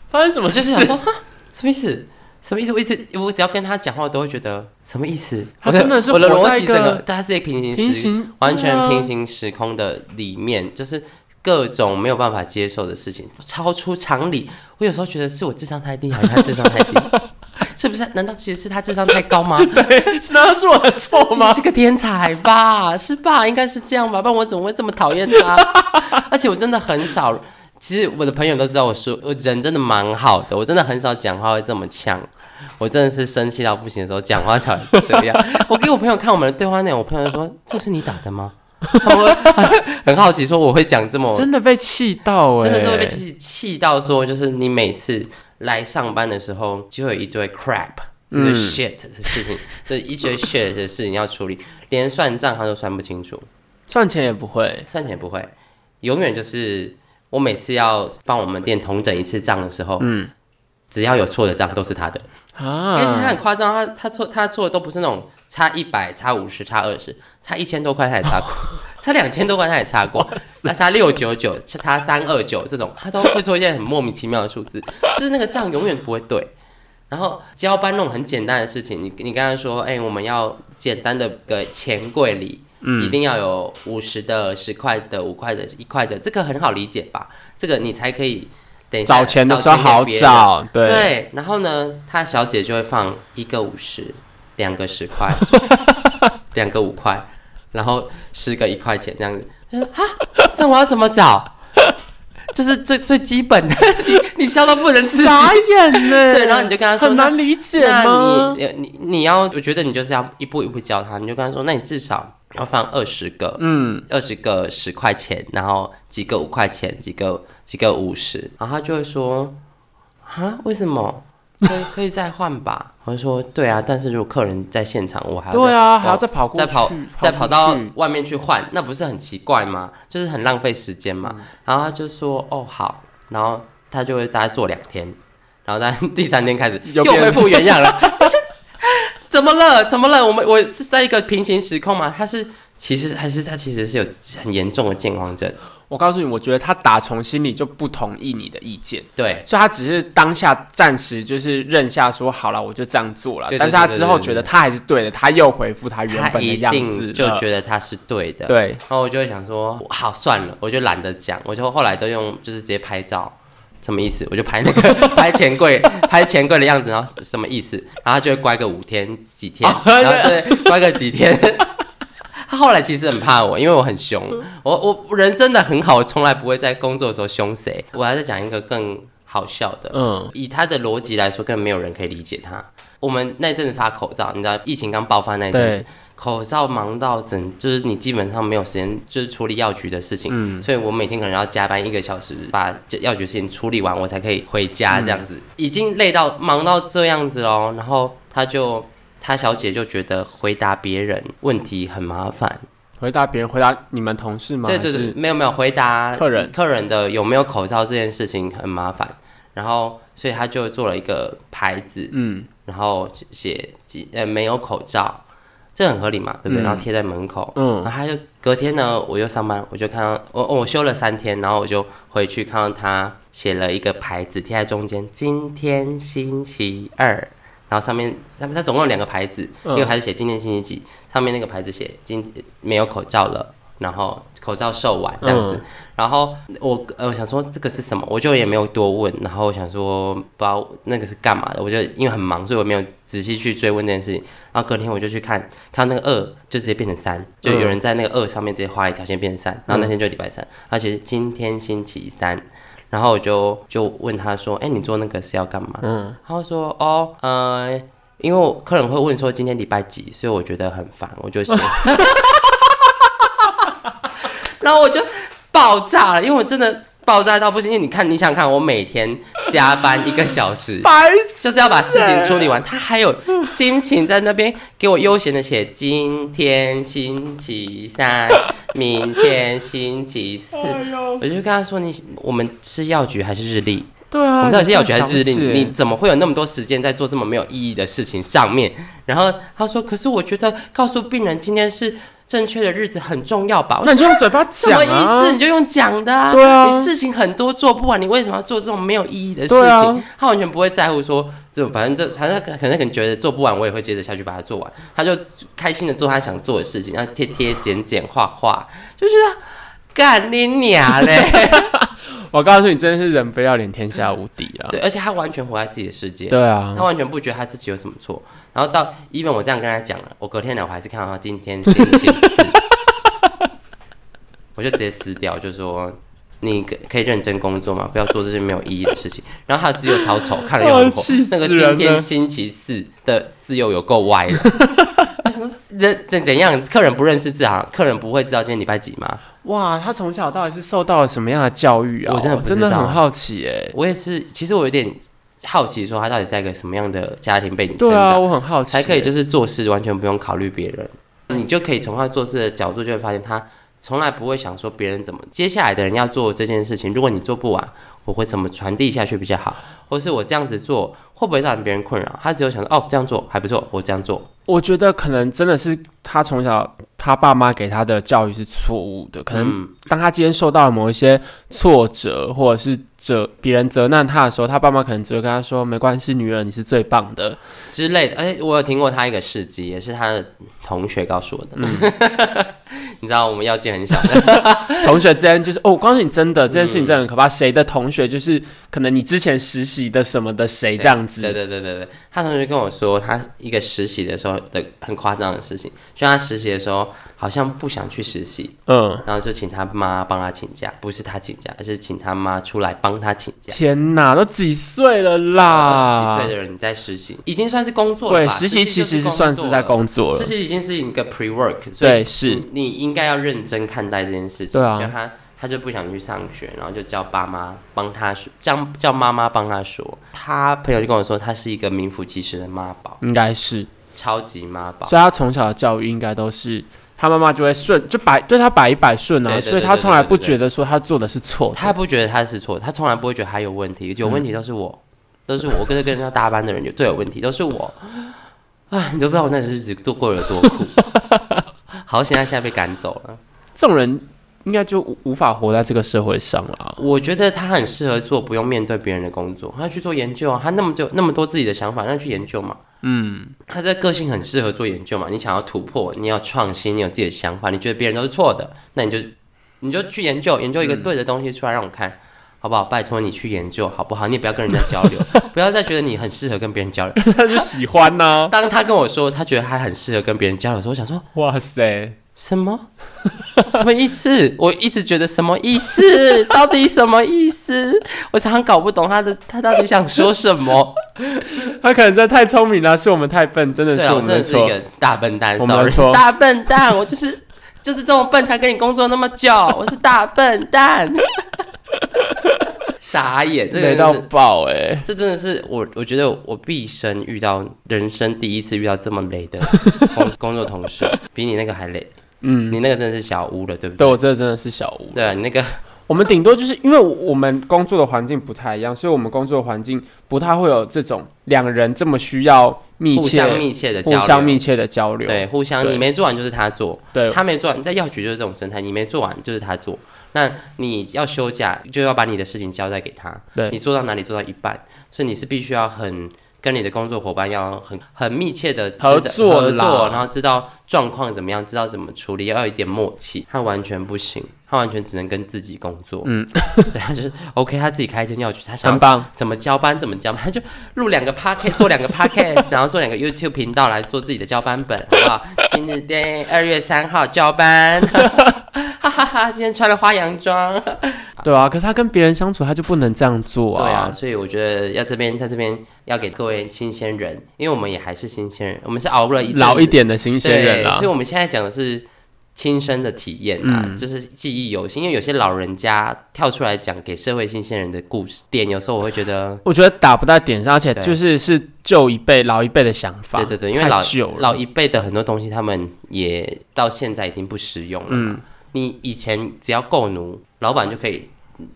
Speaker 2: 发生什么
Speaker 1: 我
Speaker 2: 事？
Speaker 1: 就是想说，哈什么意思？什么意思？我一直我只要跟他讲话，我都会觉得什么意思？
Speaker 2: 他真的是
Speaker 1: 我的
Speaker 2: 活
Speaker 1: 我的
Speaker 2: 在
Speaker 1: 逻
Speaker 2: 一
Speaker 1: 辑
Speaker 2: 个
Speaker 1: 整个，但他是一个平行
Speaker 2: 平
Speaker 1: 时
Speaker 2: 行
Speaker 1: 完全平行
Speaker 2: 行，
Speaker 1: 时空的里面，就是各种没有办法接受的事情，超出常理。我有时候觉得是我智商太低，还是他智商太 低？是不是？难道其实是他智商太高吗？
Speaker 2: 对是那是我的错
Speaker 1: 其
Speaker 2: 吗
Speaker 1: 实？是个天才吧，是吧？应该是这样吧，不然我怎么会这么讨厌他？ 而且我真的很少，其实我的朋友都知道我说我人真的蛮好的，我真的很少讲话会这么呛。我真的是生气到不行的时候讲话才会这样。我给我朋友看我们的对话内容，我朋友就说：“这是你打的吗？”他们会 很好奇说我会讲这么
Speaker 2: 真的被气到哎、
Speaker 1: 真的是会被气气到说，就是你每次来上班的时候，就会有一堆 crap、一堆 shit 的事情，就一堆 shit 的事情要处理， 连算账他都算不清楚，
Speaker 2: 算钱也不会，
Speaker 1: 算钱也不会，永远就是我每次要帮我们店统整一次账的时候，嗯，只要有错的账都是他的，而且他
Speaker 2: 啊，
Speaker 1: 很夸张，他他错他错的都不是那种差一百、差五十、差二十，差一千多块他也差 过，差两千多块他也差过，那差六九九、差三二九这种，他都会做一些很莫名其妙的数字，就是那个账永远不会对。然后交班那种很简单的事情，你你刚才说，哎、我们要简单的个钱柜里，
Speaker 2: 嗯
Speaker 1: 一定要有五十的、十块的、五块的、一块的，这个很好理解吧？这个你才可以等一下
Speaker 2: 找钱的时候
Speaker 1: 给
Speaker 2: 好
Speaker 1: 别人
Speaker 2: 找，对，
Speaker 1: 对，然后呢，他小姐就会放一个五十，两个十块，两个五块，然后十个一块钱这样子。他说啊，这我要怎么找？这是最最基本的，你你笑到 不能自己。
Speaker 2: 傻眼呢、
Speaker 1: 对，然后你就跟他说，
Speaker 2: 很
Speaker 1: 那
Speaker 2: 难理解
Speaker 1: 那
Speaker 2: 吗？
Speaker 1: 你呃你你要，我觉得你就是要一步一步教他，你就跟他说，那你至少要放二十个，嗯，二十个十块钱，然后几个五块钱，几个几个五十，然后他就会说，啊，为什么？可以可以再换吧？我就说，对啊，但是如果客人在现场，我还要
Speaker 2: 对啊，还要
Speaker 1: 要
Speaker 2: 再跑过
Speaker 1: 再
Speaker 2: 去，
Speaker 1: 跑再跑到
Speaker 2: 出去
Speaker 1: 外面去换，那不是很奇怪吗？就是很浪费时间嘛。然后他就说：“哦，好。”然后他就会大概做两天，然后但第三天开始
Speaker 2: 又
Speaker 1: 又
Speaker 2: 变
Speaker 1: 恢复原 样了。怎么了？怎么了？我们我是在一个平行时空嘛？他是其实还是他其实是有很严重的健忘症，
Speaker 2: 我告诉你，我觉得他打从心里就不同意你的意见，
Speaker 1: 对
Speaker 2: 所以他只是当下暂时就是认下说好了，我就这样做了
Speaker 1: 对。对
Speaker 2: 但是他
Speaker 1: 对对
Speaker 2: 之后
Speaker 1: 对
Speaker 2: 觉得他还是对的，他又回复他原
Speaker 1: 他
Speaker 2: 本的
Speaker 1: 一
Speaker 2: 样
Speaker 1: 定
Speaker 2: 子
Speaker 1: 就
Speaker 2: 了
Speaker 1: 觉得他是对的。
Speaker 2: 对，
Speaker 1: 然后我就会想说，好算了，我就懒得讲，我就后来都用就是直接拍照，什么意思？我就拍那个 拍钱柜，拍钱柜的样子，然后什么意思？然后他就会乖个五天几天，然后对乖个几天。 他后来其实很怕我，因为我很凶，我我人真的很好，我从来不会在工作的时候凶谁。我还在讲一个更好笑的，
Speaker 2: 嗯，
Speaker 1: 以他的逻辑来说，根本没有人可以理解他。我们那阵子发口罩，你知道疫情刚爆发那阵子
Speaker 2: 对，
Speaker 1: 口罩忙到整，就是你基本上没有时间，就是处理药局的事情。
Speaker 2: 嗯
Speaker 1: 所以我每天可能要加班一个小时，把这药局事情处理完，我才可以回家。这
Speaker 2: 嗯
Speaker 1: 样子、已经累到忙到这样子喽。然后他就他小姐就觉得回答别人问题很麻烦，
Speaker 2: 回答别人，回答你们同事吗？
Speaker 1: 对对
Speaker 2: 还
Speaker 1: 对，
Speaker 2: 是，
Speaker 1: 没有没有回答
Speaker 2: 客人
Speaker 1: 客人的有没有口罩这件事情很麻烦，然后所以他就做了一个牌子，
Speaker 2: 嗯，
Speaker 1: 然后写几呃没有口罩，这很合理嘛，对不对？
Speaker 2: 嗯
Speaker 1: 然后贴在门口，
Speaker 2: 嗯
Speaker 1: 然后他就隔天呢，我又上班，我就看到我我我休了三天，然后我就回去看到他写了一个牌子贴在中间，今天星期二。然后上面，上面他总共有两个牌子，
Speaker 2: 嗯，
Speaker 1: 一个牌子写今天星期几，上面那个牌子写今没有口罩了，然后口罩售完这样子。然后我呃我想说这个是什么，我就也没有多问。然后我想说不知道那个是干嘛的，我就因为很忙，所以我没有仔细去追问这件事情。然后隔天我就去看，看到那个二就直接变成三，就有人在那个二上面直接画一条线变成三。然后那天就礼拜三，而且是今天星期三。然后我就就问他说：“哎、你做那个是要干嘛？”嗯，他就说：“哦，呃，因为我客人会问说今天礼拜几，所以我觉得很烦，我就写。然后我就爆炸了，因为我真的爆炸到不行。因为你看，你想想看，我每天加班一个小时
Speaker 2: 白
Speaker 1: 就是要把事情处理完，他还有心情在那边给我悠闲的写今天星期三，明天星期 四。
Speaker 2: 呦，
Speaker 1: 我就跟他说：“你我们是药局还是日历？
Speaker 2: 对
Speaker 1: 我
Speaker 2: 啊，
Speaker 1: 们到底是药局还是日历？
Speaker 2: 你
Speaker 1: 你怎么会有那么多时间在做这么没有意义的事情上面？”然后他说：“可是我觉得告诉病人今天是正确的日子很重要吧？我
Speaker 2: 那
Speaker 1: 说
Speaker 2: 你就用嘴巴
Speaker 1: 什
Speaker 2: 讲
Speaker 1: 么意思？
Speaker 2: 啊
Speaker 1: 你。就用讲的啊。
Speaker 2: 对啊
Speaker 1: 你事情很多做不完，你为什么要做这种没有意义的事
Speaker 2: 对啊
Speaker 1: 情？他完全不会在乎说，这种反正这反正他可能可能觉得做不完，我也会接着下去把它做完。他就开心的做他想做的事情，然后贴贴剪剪画画，就觉得干你娘 嘞！
Speaker 2: 我告诉你，真的是人非要脸，天下无敌啊！
Speaker 1: 对，而且他完全活在自己的世界。
Speaker 2: 对啊
Speaker 1: 他，完全不觉得他自己有什么错。然后到 even 我这样跟他讲了，我隔天呢，我还是看到他今天星期四， 我就直接撕掉，就说你可可以认真工作嘛，不要做这些没有意义的事情。然后他的字又超丑，看了又很
Speaker 2: 啊
Speaker 1: 火
Speaker 2: 气。死
Speaker 1: 那个
Speaker 2: 人
Speaker 1: 今天
Speaker 2: 了
Speaker 1: 星期四的字又有够歪 的。怎怎怎样？客人不认识字啊？客人不会知道今天礼拜几吗？
Speaker 2: 哇，他从小到底是受到了什么样的教育啊？
Speaker 1: 我真的不知道
Speaker 2: 真的很好奇哎、
Speaker 1: 我也是，其实我有点好奇，说他到底在一个什么样的家庭背景成
Speaker 2: 对
Speaker 1: 长
Speaker 2: 啊，？我很好奇欸、
Speaker 1: 才可以就是做事完全不用考虑别人，你就可以从他做事的角度就会发现他从来不会想说别人怎么接下来的人要做这件事情，如果你做不完，我会怎么传递下去比较好，或是我这样子做会不会造成别人困扰？他只有想说哦这样做还不错，我这样做，
Speaker 2: 我觉得可能真的是他从小他爸妈给他的教育是错误的，可
Speaker 1: 嗯
Speaker 2: 能当他今天受到了某一些挫折或者是责别人责难他的时候，他爸妈可能只会跟他说：“没关系，女儿你是最棒的。
Speaker 1: 之类的。而且我有听过他一个事迹，也是他的同学告诉我的。 你知道我们要见很小的，”
Speaker 2: 同学之间就是哦，我告诉你真的这件事情真的很可怕，谁的同学就是可能你之前实习的什么的谁这
Speaker 1: 对
Speaker 2: 样子，
Speaker 1: 对对对对。他同学跟我说，他一个实习的时候的很夸张的事情，就他实习的时候好像不想去实习，
Speaker 2: 嗯，
Speaker 1: 然后就请他妈帮他请假，不是他请假，而是请他妈出来帮他请假。
Speaker 2: 天哪，都几岁了
Speaker 1: 二十几岁
Speaker 2: 啦？
Speaker 1: 的人你在实习，已经算是工作了
Speaker 2: 对，
Speaker 1: 吧？
Speaker 2: 实习其实是
Speaker 1: 就
Speaker 2: 算是在
Speaker 1: 工
Speaker 2: 工作
Speaker 1: 作了，
Speaker 2: 了
Speaker 1: 实，习已经是一个 pre work，所以
Speaker 2: 对，是嗯
Speaker 1: 你你应该要认真看待这件事情。
Speaker 2: 对啊
Speaker 1: 就他他就不想去上学，然后就叫爸妈帮他说，叫叫妈妈帮他说。他朋友就跟我说，他是一个名副其实的妈宝，
Speaker 2: 应该是。
Speaker 1: 超级妈宝。
Speaker 2: 所以他从小的教育应该都是他妈妈就会顺，就百对他百依百顺啊，
Speaker 1: 对对对
Speaker 2: 所以他从来不觉得说他做的是错的。
Speaker 1: 他不觉得他是错，他从来不会觉得他有问题，有问题都是我，都是我跟跟人家搭班的人有最有问题，都是我。啊，你都不知道我那日子度过了多苦。好险，他现在被赶走了。
Speaker 2: 这种人应该就无无法活在这个社会上 了啊。
Speaker 1: 我觉得他很适合做不用面对别人的工作，他去做研究啊，他那么多那么多自己的想法，那去研究嘛。嗯，他这个性很适合做研究嘛。你想要突破，你要创新，你有自己的想法，你觉得别人都是错的，那你就你就去研究，研究一个对的东西出来让我看，好不好？拜托你去研究好不好？你也不要跟人家交流，不要再觉得你很适合跟别人交流。
Speaker 2: 他就喜欢啊呐、
Speaker 1: 当他跟我说他觉得他很适合跟别人交流的时候，我想说
Speaker 2: 哇塞，
Speaker 1: 什么什么意思？我一直觉得什么意思？到底什么意思？我常常搞不懂他的他到底想说什 么。
Speaker 2: 他可能真的太聪明了，是我们太笨，真的
Speaker 1: 对
Speaker 2: 是
Speaker 1: 啊，
Speaker 2: 我
Speaker 1: 我
Speaker 2: 们
Speaker 1: 真
Speaker 2: 的
Speaker 1: 的是一
Speaker 2: 错。
Speaker 1: 个大笨蛋
Speaker 2: 我们的
Speaker 1: ，sorry，
Speaker 2: 错
Speaker 1: 大笨蛋，我就是就是这种笨才跟你工作那么 久，我是大笨蛋， 傻眼，这个
Speaker 2: 累
Speaker 1: 真的
Speaker 2: 到
Speaker 1: 是。
Speaker 2: 爆哎、
Speaker 1: 这真的是我，我觉得我毕生遇到人生第一次遇到这么累 的工工作同事，比你那个还累。嗯，你那个真的是小巫了，对不
Speaker 2: 对
Speaker 1: 对？
Speaker 2: 我这真的是小无。
Speaker 1: 对啊，你那个
Speaker 2: 我们顶多就是因为我们工作的环境不太一样，所以我们工作环境不太会有这种两人这么需要密
Speaker 1: 互
Speaker 2: 切、
Speaker 1: 相密切的交流，
Speaker 2: 互相密切的交流。
Speaker 1: 对，互相
Speaker 2: 对
Speaker 1: 你没做完就是他做，
Speaker 2: 对，
Speaker 1: 他没做完，你在药局就是这种生态，你没做完就是他做。那你要休假，就要把你的事情交代给他。
Speaker 2: 对
Speaker 1: 你做到哪里做到一半，所以你是必须要很跟你的工作伙伴要很很密切的
Speaker 2: 合作
Speaker 1: 合
Speaker 2: 啦
Speaker 1: 作，然后知道状况怎么样，知道怎么处理，要有一点默契。他完全不行，他完全只能跟自己工作。嗯， 对，他就是 OK，他自己开一间药局，他想要
Speaker 2: 很棒。
Speaker 1: 怎么交班怎么交班，他就录两个 p o c a s t 做两个 p o c a s t 然后做两个 YouTube 频道来做自己的交班本，好不好？今日的二月三号交班， 哈哈哈！今天穿了花洋装，
Speaker 2: 对啊，可是他跟别人相处，他就不能这样做
Speaker 1: 对啊，
Speaker 2: 啊。
Speaker 1: 所以我觉得要这边在这边要给各位新鲜人，因为我们也还是新鲜人，我们是熬了一阵子
Speaker 2: 老一点的新
Speaker 1: 啊对，
Speaker 2: 鲜人啊啦
Speaker 1: 所以，我们现在讲的是亲身的体验啊，
Speaker 2: 嗯
Speaker 1: 就是记忆犹新，因为有些老人家跳出来讲给社会新鲜人的故事点，有时候我会觉得。
Speaker 2: 我觉得打不到点上，而且
Speaker 1: 对
Speaker 2: 就是是旧一辈、老一辈的想法。
Speaker 1: 对对对，因为
Speaker 2: 太
Speaker 1: 老
Speaker 2: 久了
Speaker 1: 老一辈的很多东西，他们也到现在已经不实用了。嗯，你以前只要够奴，老板就可以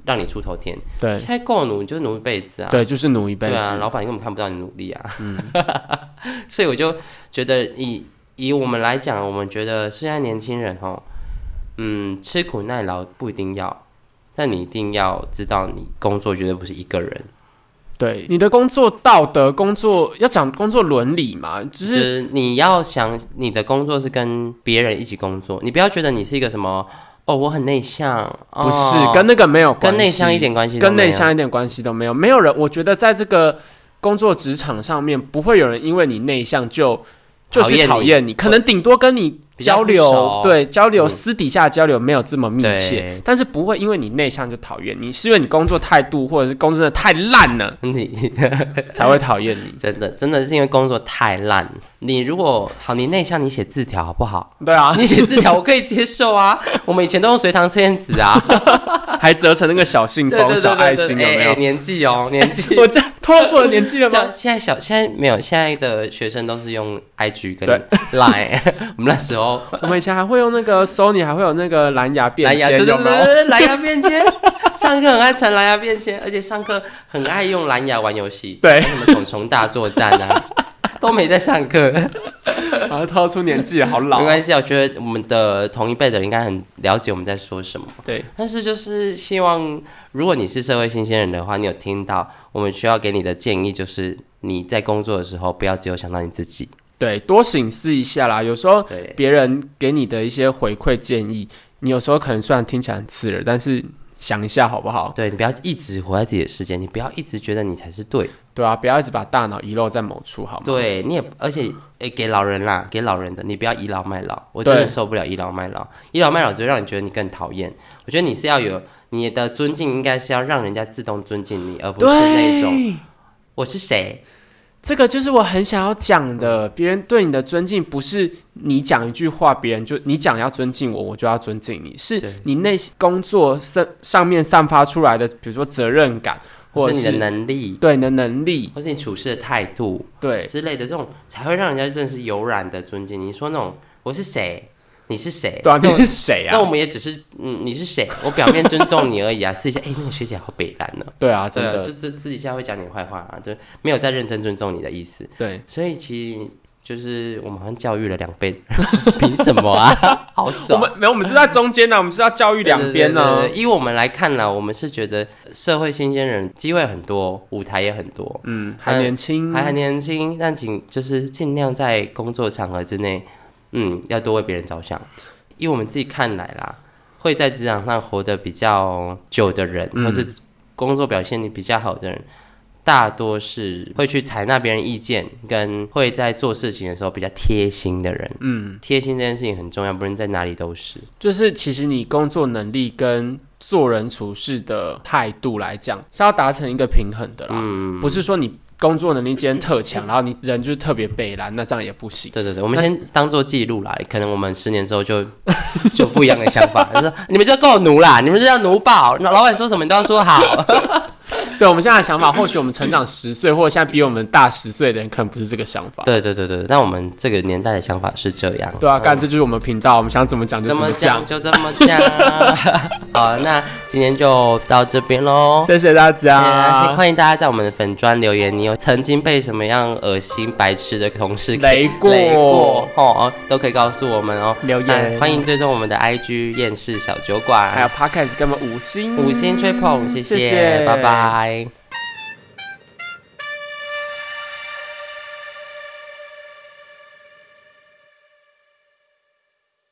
Speaker 1: 让你出头天。
Speaker 2: 对
Speaker 1: 现在够奴，你就奴一辈子啊。
Speaker 2: 对，就是努一辈
Speaker 1: 对啊，
Speaker 2: 子。
Speaker 1: 老板根本看不到你努力啊。嗯，所以我就觉得以以我们来讲，我们觉得现在年轻人哦，嗯，吃苦耐劳不一定要，但你一定要知道，你工作绝对不是一个人，
Speaker 2: 对你的工作道德、工作要讲工作伦理嘛，就
Speaker 1: 就是是你要想你的工作是跟别人一起工作，你不要觉得你是一个什么哦，我很内向，哦、
Speaker 2: 不是、跟那个没有关
Speaker 1: 跟
Speaker 2: 系，
Speaker 1: 内向一点关系都
Speaker 2: 跟
Speaker 1: 没有，
Speaker 2: 内向一点关系都没有。没有人，我觉得在这个工作职场上面，不会有人因为你内向就就
Speaker 1: 讨厌
Speaker 2: 去
Speaker 1: 你
Speaker 2: 讨厌你，可能顶多跟你
Speaker 1: 比较
Speaker 2: 交
Speaker 1: 不
Speaker 2: 流
Speaker 1: 熟，
Speaker 2: 对交流、
Speaker 1: 嗯
Speaker 2: 私底下交流没有这么密切
Speaker 1: 对，
Speaker 2: 但是不会因为你内向就讨厌你，是因为你工作态度或者是工作真的太烂了
Speaker 1: 你
Speaker 2: 才会讨厌 你。
Speaker 1: 真的真的是因为工作太烂，你如果好，你内向，你写字条好不好？
Speaker 2: 对啊，
Speaker 1: 你写字条我可以接受啊，我们以前都用随堂测验纸 啊，
Speaker 2: 还折成那个小信
Speaker 1: 对
Speaker 2: 封、
Speaker 1: 对
Speaker 2: 小
Speaker 1: 对
Speaker 2: 爱
Speaker 1: 对
Speaker 2: 心，
Speaker 1: 对，
Speaker 2: 有没
Speaker 1: 哎哎
Speaker 2: 有？。
Speaker 1: 年纪哦，年纪
Speaker 2: 我这透露出我的年纪了
Speaker 1: 这
Speaker 2: 吗
Speaker 1: 样？现在小现在没有，现在的学生都是用 IG 跟
Speaker 2: 对
Speaker 1: Line。我 们那时候
Speaker 2: 我们以前还会用那个 Sony，还会有那个蓝牙便
Speaker 1: 蓝牙，
Speaker 2: 签，
Speaker 1: 对对
Speaker 2: 有
Speaker 1: 对
Speaker 2: 没有？
Speaker 1: 对，对蓝牙便签，上课很爱传蓝牙便签，而且上课很爱用蓝牙玩游戏，
Speaker 2: 对
Speaker 1: 还有什么《虫虫大作战》啊，都没在上课。
Speaker 2: 然后透露出年纪了，好老
Speaker 1: 没。关系啊，我觉得我们的同一辈的人应该很了解我们在说什么。
Speaker 2: 对，
Speaker 1: 但是就是希望，如果你是社会新鲜人的话，你有听到我们需要给你的建议，就是你在工作的时候不要只有想到你自己。
Speaker 2: 对，多省思一下啦。有时候
Speaker 1: 对，
Speaker 2: 别人给你的一些回馈建议，你有时候可能虽然听起来很刺耳，但是想一下好不好？
Speaker 1: 对你不要一直活在自己的世界，你不要一直觉得你才是对。
Speaker 2: 对啊，不要一直把大脑遗漏在某处，好吗？
Speaker 1: 对，你也而且诶、给老人啦，给老人的，你不要倚老卖老，我真
Speaker 2: 对
Speaker 1: 的受不了倚老卖老。倚老卖老只会让你觉得你更讨厌。我觉得你是要有你的尊敬，应该是要让人家自动尊敬你，而不是那种
Speaker 2: 对
Speaker 1: 我是谁。
Speaker 2: 这个就是我很想要讲的。别人对你的尊敬，不是你讲一句话，别人就你讲要尊敬我，我就要尊敬你，是
Speaker 1: 对
Speaker 2: 你内心工作上上面散发出来的，比如说责任感，或
Speaker 1: 或
Speaker 2: 者
Speaker 1: 是你
Speaker 2: 是
Speaker 1: 的能力，
Speaker 2: 对你的能力，
Speaker 1: 或是你处事的态度
Speaker 2: 对
Speaker 1: 之类的，这种才会让人家真的是有染的尊敬。你说那种我是谁，你是谁，
Speaker 2: 对啊，
Speaker 1: 那
Speaker 2: 你
Speaker 1: 我
Speaker 2: 是谁啊
Speaker 1: 那我？们也只是嗯你是谁，我表面尊重你而已啊。私底下哎、那个学姐好北蓝呢、
Speaker 2: 对啊，真
Speaker 1: 对啊，
Speaker 2: 的，
Speaker 1: 就是私底下会讲你坏话啊，就没有在认真尊重你的意思。
Speaker 2: 对，
Speaker 1: 所以其实就是我们好像教育了两倍， 凭什么啊？好
Speaker 2: 我
Speaker 1: 爽。
Speaker 2: 们没有，我们就在中间呢，啊我们是要教育两边啊
Speaker 1: 对
Speaker 2: 呢
Speaker 1: 对。对对依我们来看呢，我们是觉得社会新鲜人机会很多，舞台也很多，
Speaker 2: 嗯，还年轻，
Speaker 1: 还很年轻，但请就是尽量在工作场合之内，嗯，要多为别人着想。以我们自己看来啦，会在职场上活得比较久的人，
Speaker 2: 嗯
Speaker 1: 或是工作表现比较好的人，大多是会去采纳别人意见，跟会在做事情的时候比较贴心的人。
Speaker 2: 嗯，
Speaker 1: 贴心这件事情很重要，不论在哪里都是。
Speaker 2: 就是其实你工作能力跟做人处事的态度来讲，是要达成一个平衡的啦，
Speaker 1: 嗯
Speaker 2: 不是说你工作能力今天特强，然后你人就特别北蓝，那这样也不行。
Speaker 1: 对对对，我们先当做记录啦，可能我们十年之后就 就不一样的想法， 就说你们就够奴啦，你们就叫奴宝，老老板说什么你都要说好。
Speaker 2: 对我们现在的想法，或许我们成长十岁，或者现在比我们大十岁的人，可能不是这个想法。
Speaker 1: 对对对对，那我们这个年代的想法是这样。
Speaker 2: 对啊，
Speaker 1: 嗯
Speaker 2: 干这就是我们频道，我们想怎么讲就
Speaker 1: 怎么
Speaker 2: 讲
Speaker 1: 讲。就这么讲。 好，那今天就到这边喽。
Speaker 2: 谢谢啊大
Speaker 1: 呃
Speaker 2: 家，
Speaker 1: 欢迎大家在我们的粉砖留言，你有曾经被什么样恶心、白痴的同事给
Speaker 2: 雷过
Speaker 1: 雷过哦，都可以告诉我们哦。
Speaker 2: 留言
Speaker 1: 那，欢迎追踪我们的 IG 厌世小酒馆，
Speaker 2: 还有 Podcast 给我们五星，
Speaker 1: 五星 triple，谢
Speaker 2: 谢谢
Speaker 1: 拜拜。